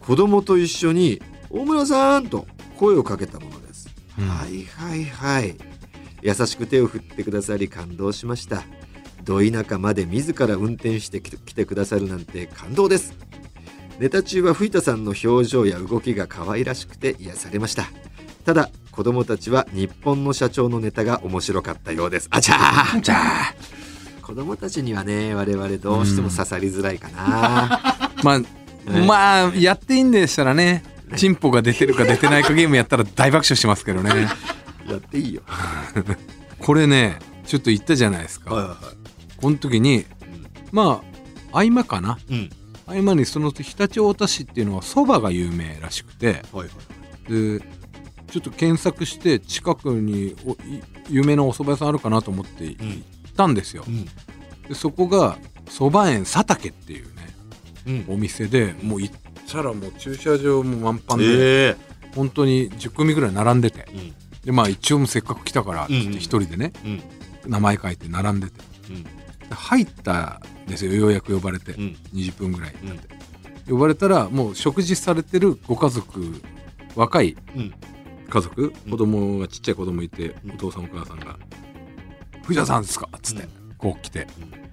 Speaker 2: 子供と一緒に「大村さん!」と声をかけたものです、
Speaker 3: うん
Speaker 2: はいはいはい優しく手を振ってくださり感動しましたど田舎まで自ら運転してきて来てくださるなんて感動ですネタ中は藤田さんの表情や動きが可愛らしくて癒されましたただ子供たちは日本の社長のネタが面白かったようですあちゃー
Speaker 3: じゃあ
Speaker 2: 子供たちにはね我々どうしても刺さりづらいか (laughs) な、
Speaker 3: まあ、
Speaker 2: い
Speaker 3: まあやっていいんでしたらねチンポが出てるか出てないかゲームやったら大爆笑しますけどね
Speaker 2: やっていいよ
Speaker 3: これねちょっと言ったじゃないですか、
Speaker 2: はいは
Speaker 3: この時にまあ合間かない
Speaker 2: うん
Speaker 3: 合間にその常陸太田市っていうのはそばが有名らしくて
Speaker 2: はいはい
Speaker 3: でちょっと検索して近くにおい有名なお蕎麦屋さんあるかなと思って行
Speaker 2: ん
Speaker 3: ったんですよ、
Speaker 2: うん
Speaker 3: でそこが蕎麦園佐竹っていうね
Speaker 2: うん
Speaker 3: お店でもう行ったらもう駐車場も満帆で、
Speaker 2: え
Speaker 3: 本当に10組ぐらい並んでて
Speaker 2: えうん
Speaker 3: でまあ一応もうせっかく来たからっつって
Speaker 2: うんうん
Speaker 3: 一人でね、
Speaker 2: うん
Speaker 3: 名前書いて並んでてで入ったんですよようやく呼ばれて、
Speaker 2: うんうん
Speaker 3: 20分ぐらい経って、呼ばれたらもう食事されてるご家族若い
Speaker 2: うん
Speaker 3: 家族、
Speaker 2: うん
Speaker 3: 子供がちっちゃい子供いて、
Speaker 2: うん
Speaker 3: お父さんお母さんが「藤田さんですか?」っつって、
Speaker 2: うん
Speaker 3: こう来て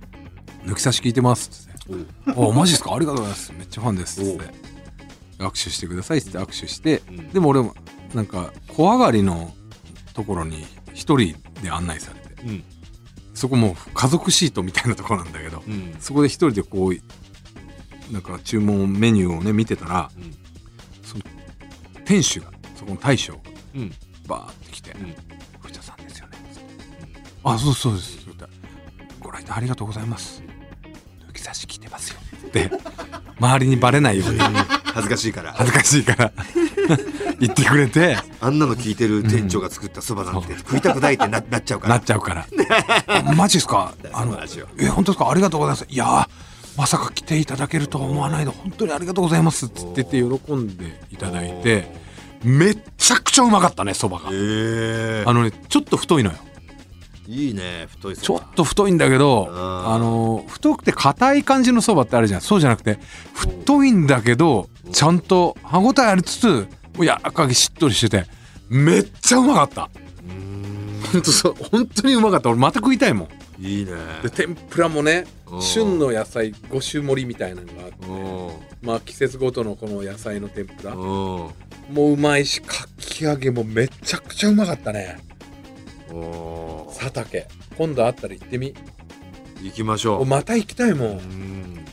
Speaker 3: 「抜き差し聞いてます」っつって
Speaker 2: おう
Speaker 3: 「おマジですかありがとうございますめっちゃファンです」っつっ
Speaker 2: おう
Speaker 3: て「握手してください」っつって握手して
Speaker 2: うん
Speaker 3: でも俺もなんか小上がりのところに一人で案内されて
Speaker 2: うん
Speaker 3: そこもう家族シートみたいなところなんだけど
Speaker 2: うん
Speaker 3: そこで一人でこうなんか注文メニューをね見てたら
Speaker 2: うん
Speaker 3: 店主がそこの大将が
Speaker 2: うん
Speaker 3: バーって来て
Speaker 2: うん
Speaker 3: 「藤田さんですよね」あそうですそうです」って言ったらご来店ありがとうございます」抜き差し来てますよ」って周りにバレないように
Speaker 2: 恥ずかしいから
Speaker 3: 恥ずかしいから言ってくれて
Speaker 2: あんなの聞いてる店長が作ったそばなんて食いたくないってななっちゃうか
Speaker 3: な
Speaker 2: ら
Speaker 3: っちゃう (laughs) から「あマジですかあ
Speaker 2: そう
Speaker 3: の
Speaker 2: なんですよ
Speaker 3: え本当ですかありがとうございますいやーまさか来ていただけるとは思わないで本当にありがとうございます」っつってて喜んでいただいてめっちゃくちゃうまかったねそばが
Speaker 2: お。ーへえ
Speaker 3: あのねちょっと太いのよ
Speaker 2: いいね太い
Speaker 3: ちょ
Speaker 2: そば
Speaker 3: っと太いんだけど
Speaker 2: あー
Speaker 3: あの太くて硬い感じのそばってあるじゃんそうじゃなくて太いんだけどちゃんと歯応えありつつもう柔らかくしっとりしててめっちゃうまかった
Speaker 2: うーん
Speaker 3: 本当そう本当にうまかった俺また食いたいもん
Speaker 2: いいね
Speaker 3: で天ぷらもね
Speaker 2: うん
Speaker 3: 旬の野菜5種盛りみたいなのがあって
Speaker 2: お
Speaker 3: まあ季節ごとのこの野菜の天ぷら
Speaker 2: う
Speaker 3: も
Speaker 2: おう
Speaker 3: ううまいしかき揚げもめちゃくちゃうまかったね
Speaker 2: おう
Speaker 3: 佐竹今度あったら行ってみ
Speaker 2: 行きましょ
Speaker 3: お
Speaker 2: う
Speaker 3: また行きたいもん
Speaker 2: うん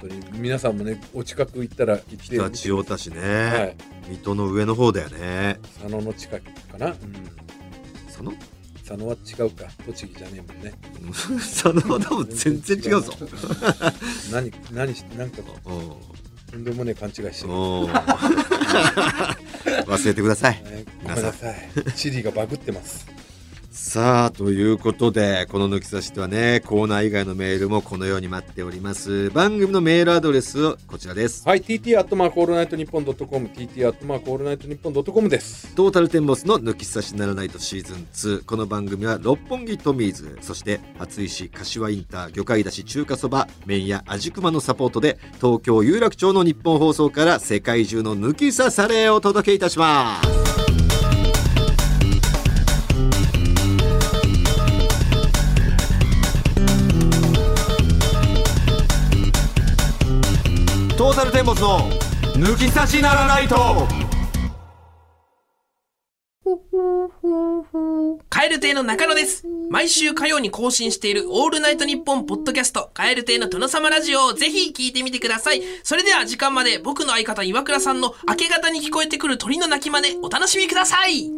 Speaker 3: 本当に皆さんもねお近く行ったら行って
Speaker 2: 常陸太田市ね、
Speaker 3: はい
Speaker 2: 水戸の上の方だよね
Speaker 3: 佐野の近くかな、うん、
Speaker 2: 佐野
Speaker 3: 佐野は違うか栃木じゃねえもんね
Speaker 2: 佐野は多分全然違うぞ
Speaker 3: (laughs) 何何してなんか
Speaker 2: う
Speaker 3: とんでもねえ勘違いして
Speaker 2: ん
Speaker 3: る
Speaker 2: うん (laughs) 忘れてください
Speaker 3: ねごめんなさい地理がバグってます
Speaker 2: さあということでこの抜き差しではねコーナー以外のメールもこのように待っております番組のメールアドレスはこちらです
Speaker 3: はい TT アットマークオールナイトニッポンドットコム TT アットマークオールナイトニッポンドットコムです
Speaker 2: トータルテンボスの抜き差しならないとシーズン2この番組は六本木トミーズそして厚石柏インター魚介だし中華そば麺屋味熊のサポートで東京有楽町の日本放送から世界中の抜き差されをお届けいたしますトータルテンボスの抜き差しならないと
Speaker 4: カエル亭の中野です。毎週火曜に更新しているオールナイトニッポンポッドキャスト、カエル亭の殿様ラジオをぜひ聞いてみてください。それでは時間まで僕の相方岩倉さんの明け方に聞こえてくる鳥の鳴き真似、お楽しみください。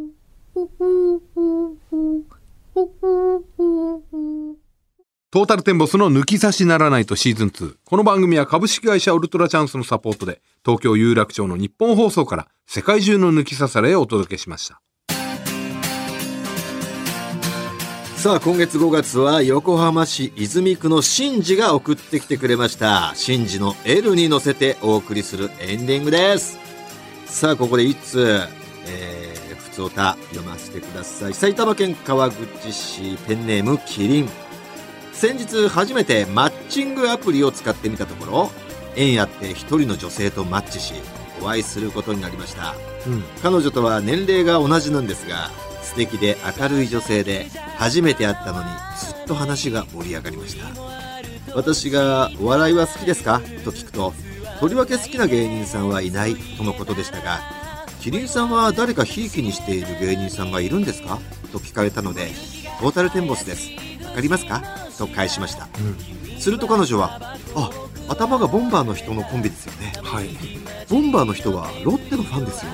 Speaker 3: トータルテンボスの抜き差しならないとシーズン2。この番組は株式会社ウルトラチャンスのサポートで、東京有楽町の日本放送から世界中の抜き差されをお届けしました。
Speaker 2: さあ今月5月は横浜市泉区のシンジが送ってきてくれましたシンジの L に乗せてお送りするエンディングですさあここで一通えー、普通歌読ませてください埼玉県川口市ペンネームキリン先日初めてマッチングアプリを使ってみたところ縁あって一人の女性とマッチしお会いすることになりました
Speaker 3: うん。
Speaker 2: 彼女とは年齢が同じなんですが素敵で明るい女性で初めて会ったのにずっと話が盛り上がりました私が「お笑いは好きですか?」と聞くととりわけ好きな芸人さんはいないとのことでしたがキリンさんは誰かひいきにしている芸人さんがいるんですかと聞かれたので「トータルテンボスですわかりますか?」と返しました、すると彼女は「あ頭がボンバーの人のコンビですよね
Speaker 3: はい。
Speaker 2: ボンバーの人はロッテのファンですよ」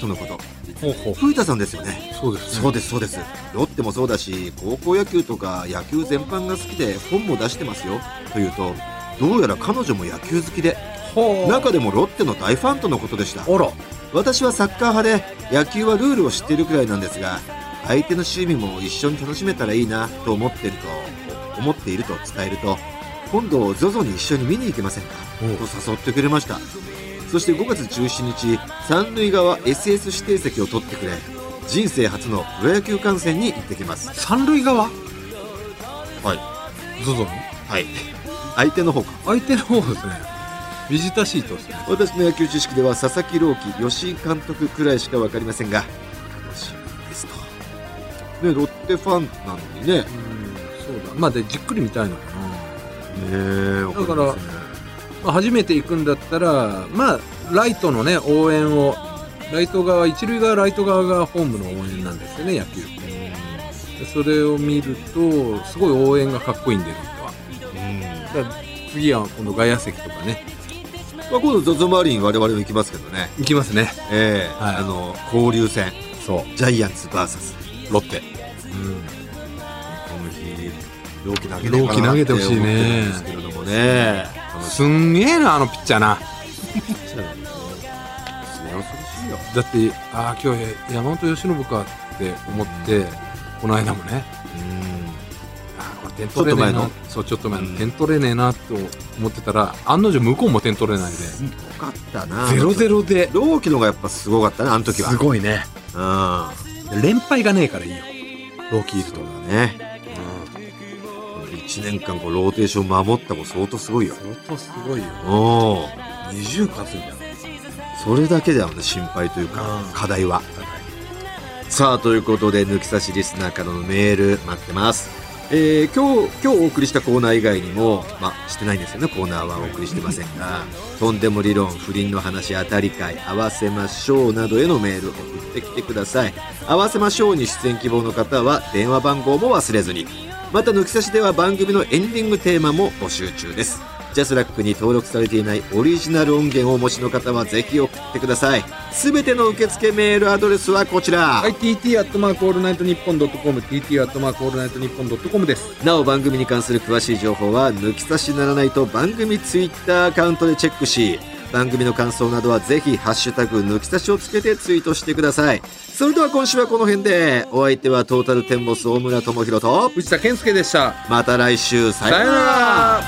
Speaker 2: とのこと
Speaker 3: ほうほう。
Speaker 2: 古田さんですよね
Speaker 3: そうですね。
Speaker 2: そうですそうですロッテもそうだし高校野球とか野球全般が好きで本も出してますよというとどうやら彼女も野球好きで
Speaker 3: ほう。
Speaker 2: 中でもロッテの大ファンとのことでした
Speaker 3: あら。
Speaker 2: 私はサッカー派で野球はルールを知っているくらいなんですが相手の趣味も一緒に楽しめたらいいなと思ってると思っていると伝えると今度 ZOZO に一緒に見に行けませんかと
Speaker 3: おう
Speaker 2: 誘ってくれましたそして5月17日三塁側 SS 指定席を取ってくれ人生初のプロ野球観戦に行ってきます
Speaker 3: 三塁側
Speaker 2: はい
Speaker 3: ゾゾに
Speaker 2: はい相手の方か
Speaker 3: 相手の方ですね。ビジタシートですね。
Speaker 2: 私の野球知識では佐々木朗希吉井監督くらいしか分かりませんが楽しみですとねロッテファンなのにねね
Speaker 3: うん、そうだ。まあ、で、じっくり見たいのかな。
Speaker 2: えわかりませんね
Speaker 3: まあ、初めて行くんだったら、まあ、ライトのね、応援を、ライト側、一塁側、ライト側がホームの応援なんですよね、野球って。でそれを見ると、すごい応援がかっこいいんで、僕は。
Speaker 2: うん
Speaker 3: だから次は、この外野席とかね、
Speaker 2: まあ、今度 ZOZO マリン我々も行きますけどね
Speaker 3: 行きますね。
Speaker 2: ええ
Speaker 3: はい
Speaker 2: あの交流戦
Speaker 3: そ
Speaker 2: ジャイアンツ VS
Speaker 3: う、ロッテ。うん。
Speaker 2: この日朗希投げてるかな
Speaker 3: 朗希投げてほしい
Speaker 2: っ
Speaker 3: ね
Speaker 2: て思ってるんですけれどもね楽し
Speaker 3: すんげえな、あのピッチャーな。
Speaker 2: みですね恐ろしいよ
Speaker 3: だって、ああ、今日、山本由伸かって思って、この間もね、あーこれ点取れね
Speaker 2: ちょっと前
Speaker 3: えな
Speaker 2: の
Speaker 3: そうちょっと前
Speaker 2: うん
Speaker 3: の点取れねえなと思ってたら案の定向こうも点取れないで
Speaker 2: うんすごかったな
Speaker 3: ゼロゼロで
Speaker 2: 朗希のがやっぱすごかったねあの時は
Speaker 3: すごいね
Speaker 2: うん
Speaker 3: 連敗がねえからいいよローキーズと
Speaker 2: そうだね。1年間こうローテーション守った子相当すごいよ。
Speaker 3: 相当すごいよ
Speaker 2: お
Speaker 3: 20勝つんだよ
Speaker 2: それだけだよね、心配というか
Speaker 3: うん、
Speaker 2: 課題は。さあ、ということで、抜き差しリスナーからのメール待ってます。えー今日、今日お送りしたコーナー以外にも、まあ、してないんですよね、コーナーはお送りしてませんが、とんでも理論、不倫の話、当たり会、合わせましょうなどへのメール送ってきてください。合わせましょうに出演希望の方は、電話番号も忘れずに。また抜き差しでは番組のエンディングテーマも募集中ですジャスラックに登録されていないオリジナル音源をお持ちの方はぜひ送ってくださいすべての受付メールアドレスはこちら、
Speaker 3: はい TT アットマークオールナイトニッポンドットコム TT アットマークオールナイトニッポンドットコムです
Speaker 2: なお番組に関する詳しい情報は抜き差しならないと番組ツイッターアカウントでチェックし番組の感想などはぜひ「ハッシュタグ抜き差し」をつけてツイートしてくださいそれでは今週はこの辺でお相手はトータルテンボス大村智広と
Speaker 3: 藤田健介でした
Speaker 2: また来週さ
Speaker 3: さ
Speaker 2: よ
Speaker 3: よ
Speaker 2: う
Speaker 3: う
Speaker 2: な
Speaker 3: な
Speaker 2: ら
Speaker 3: ら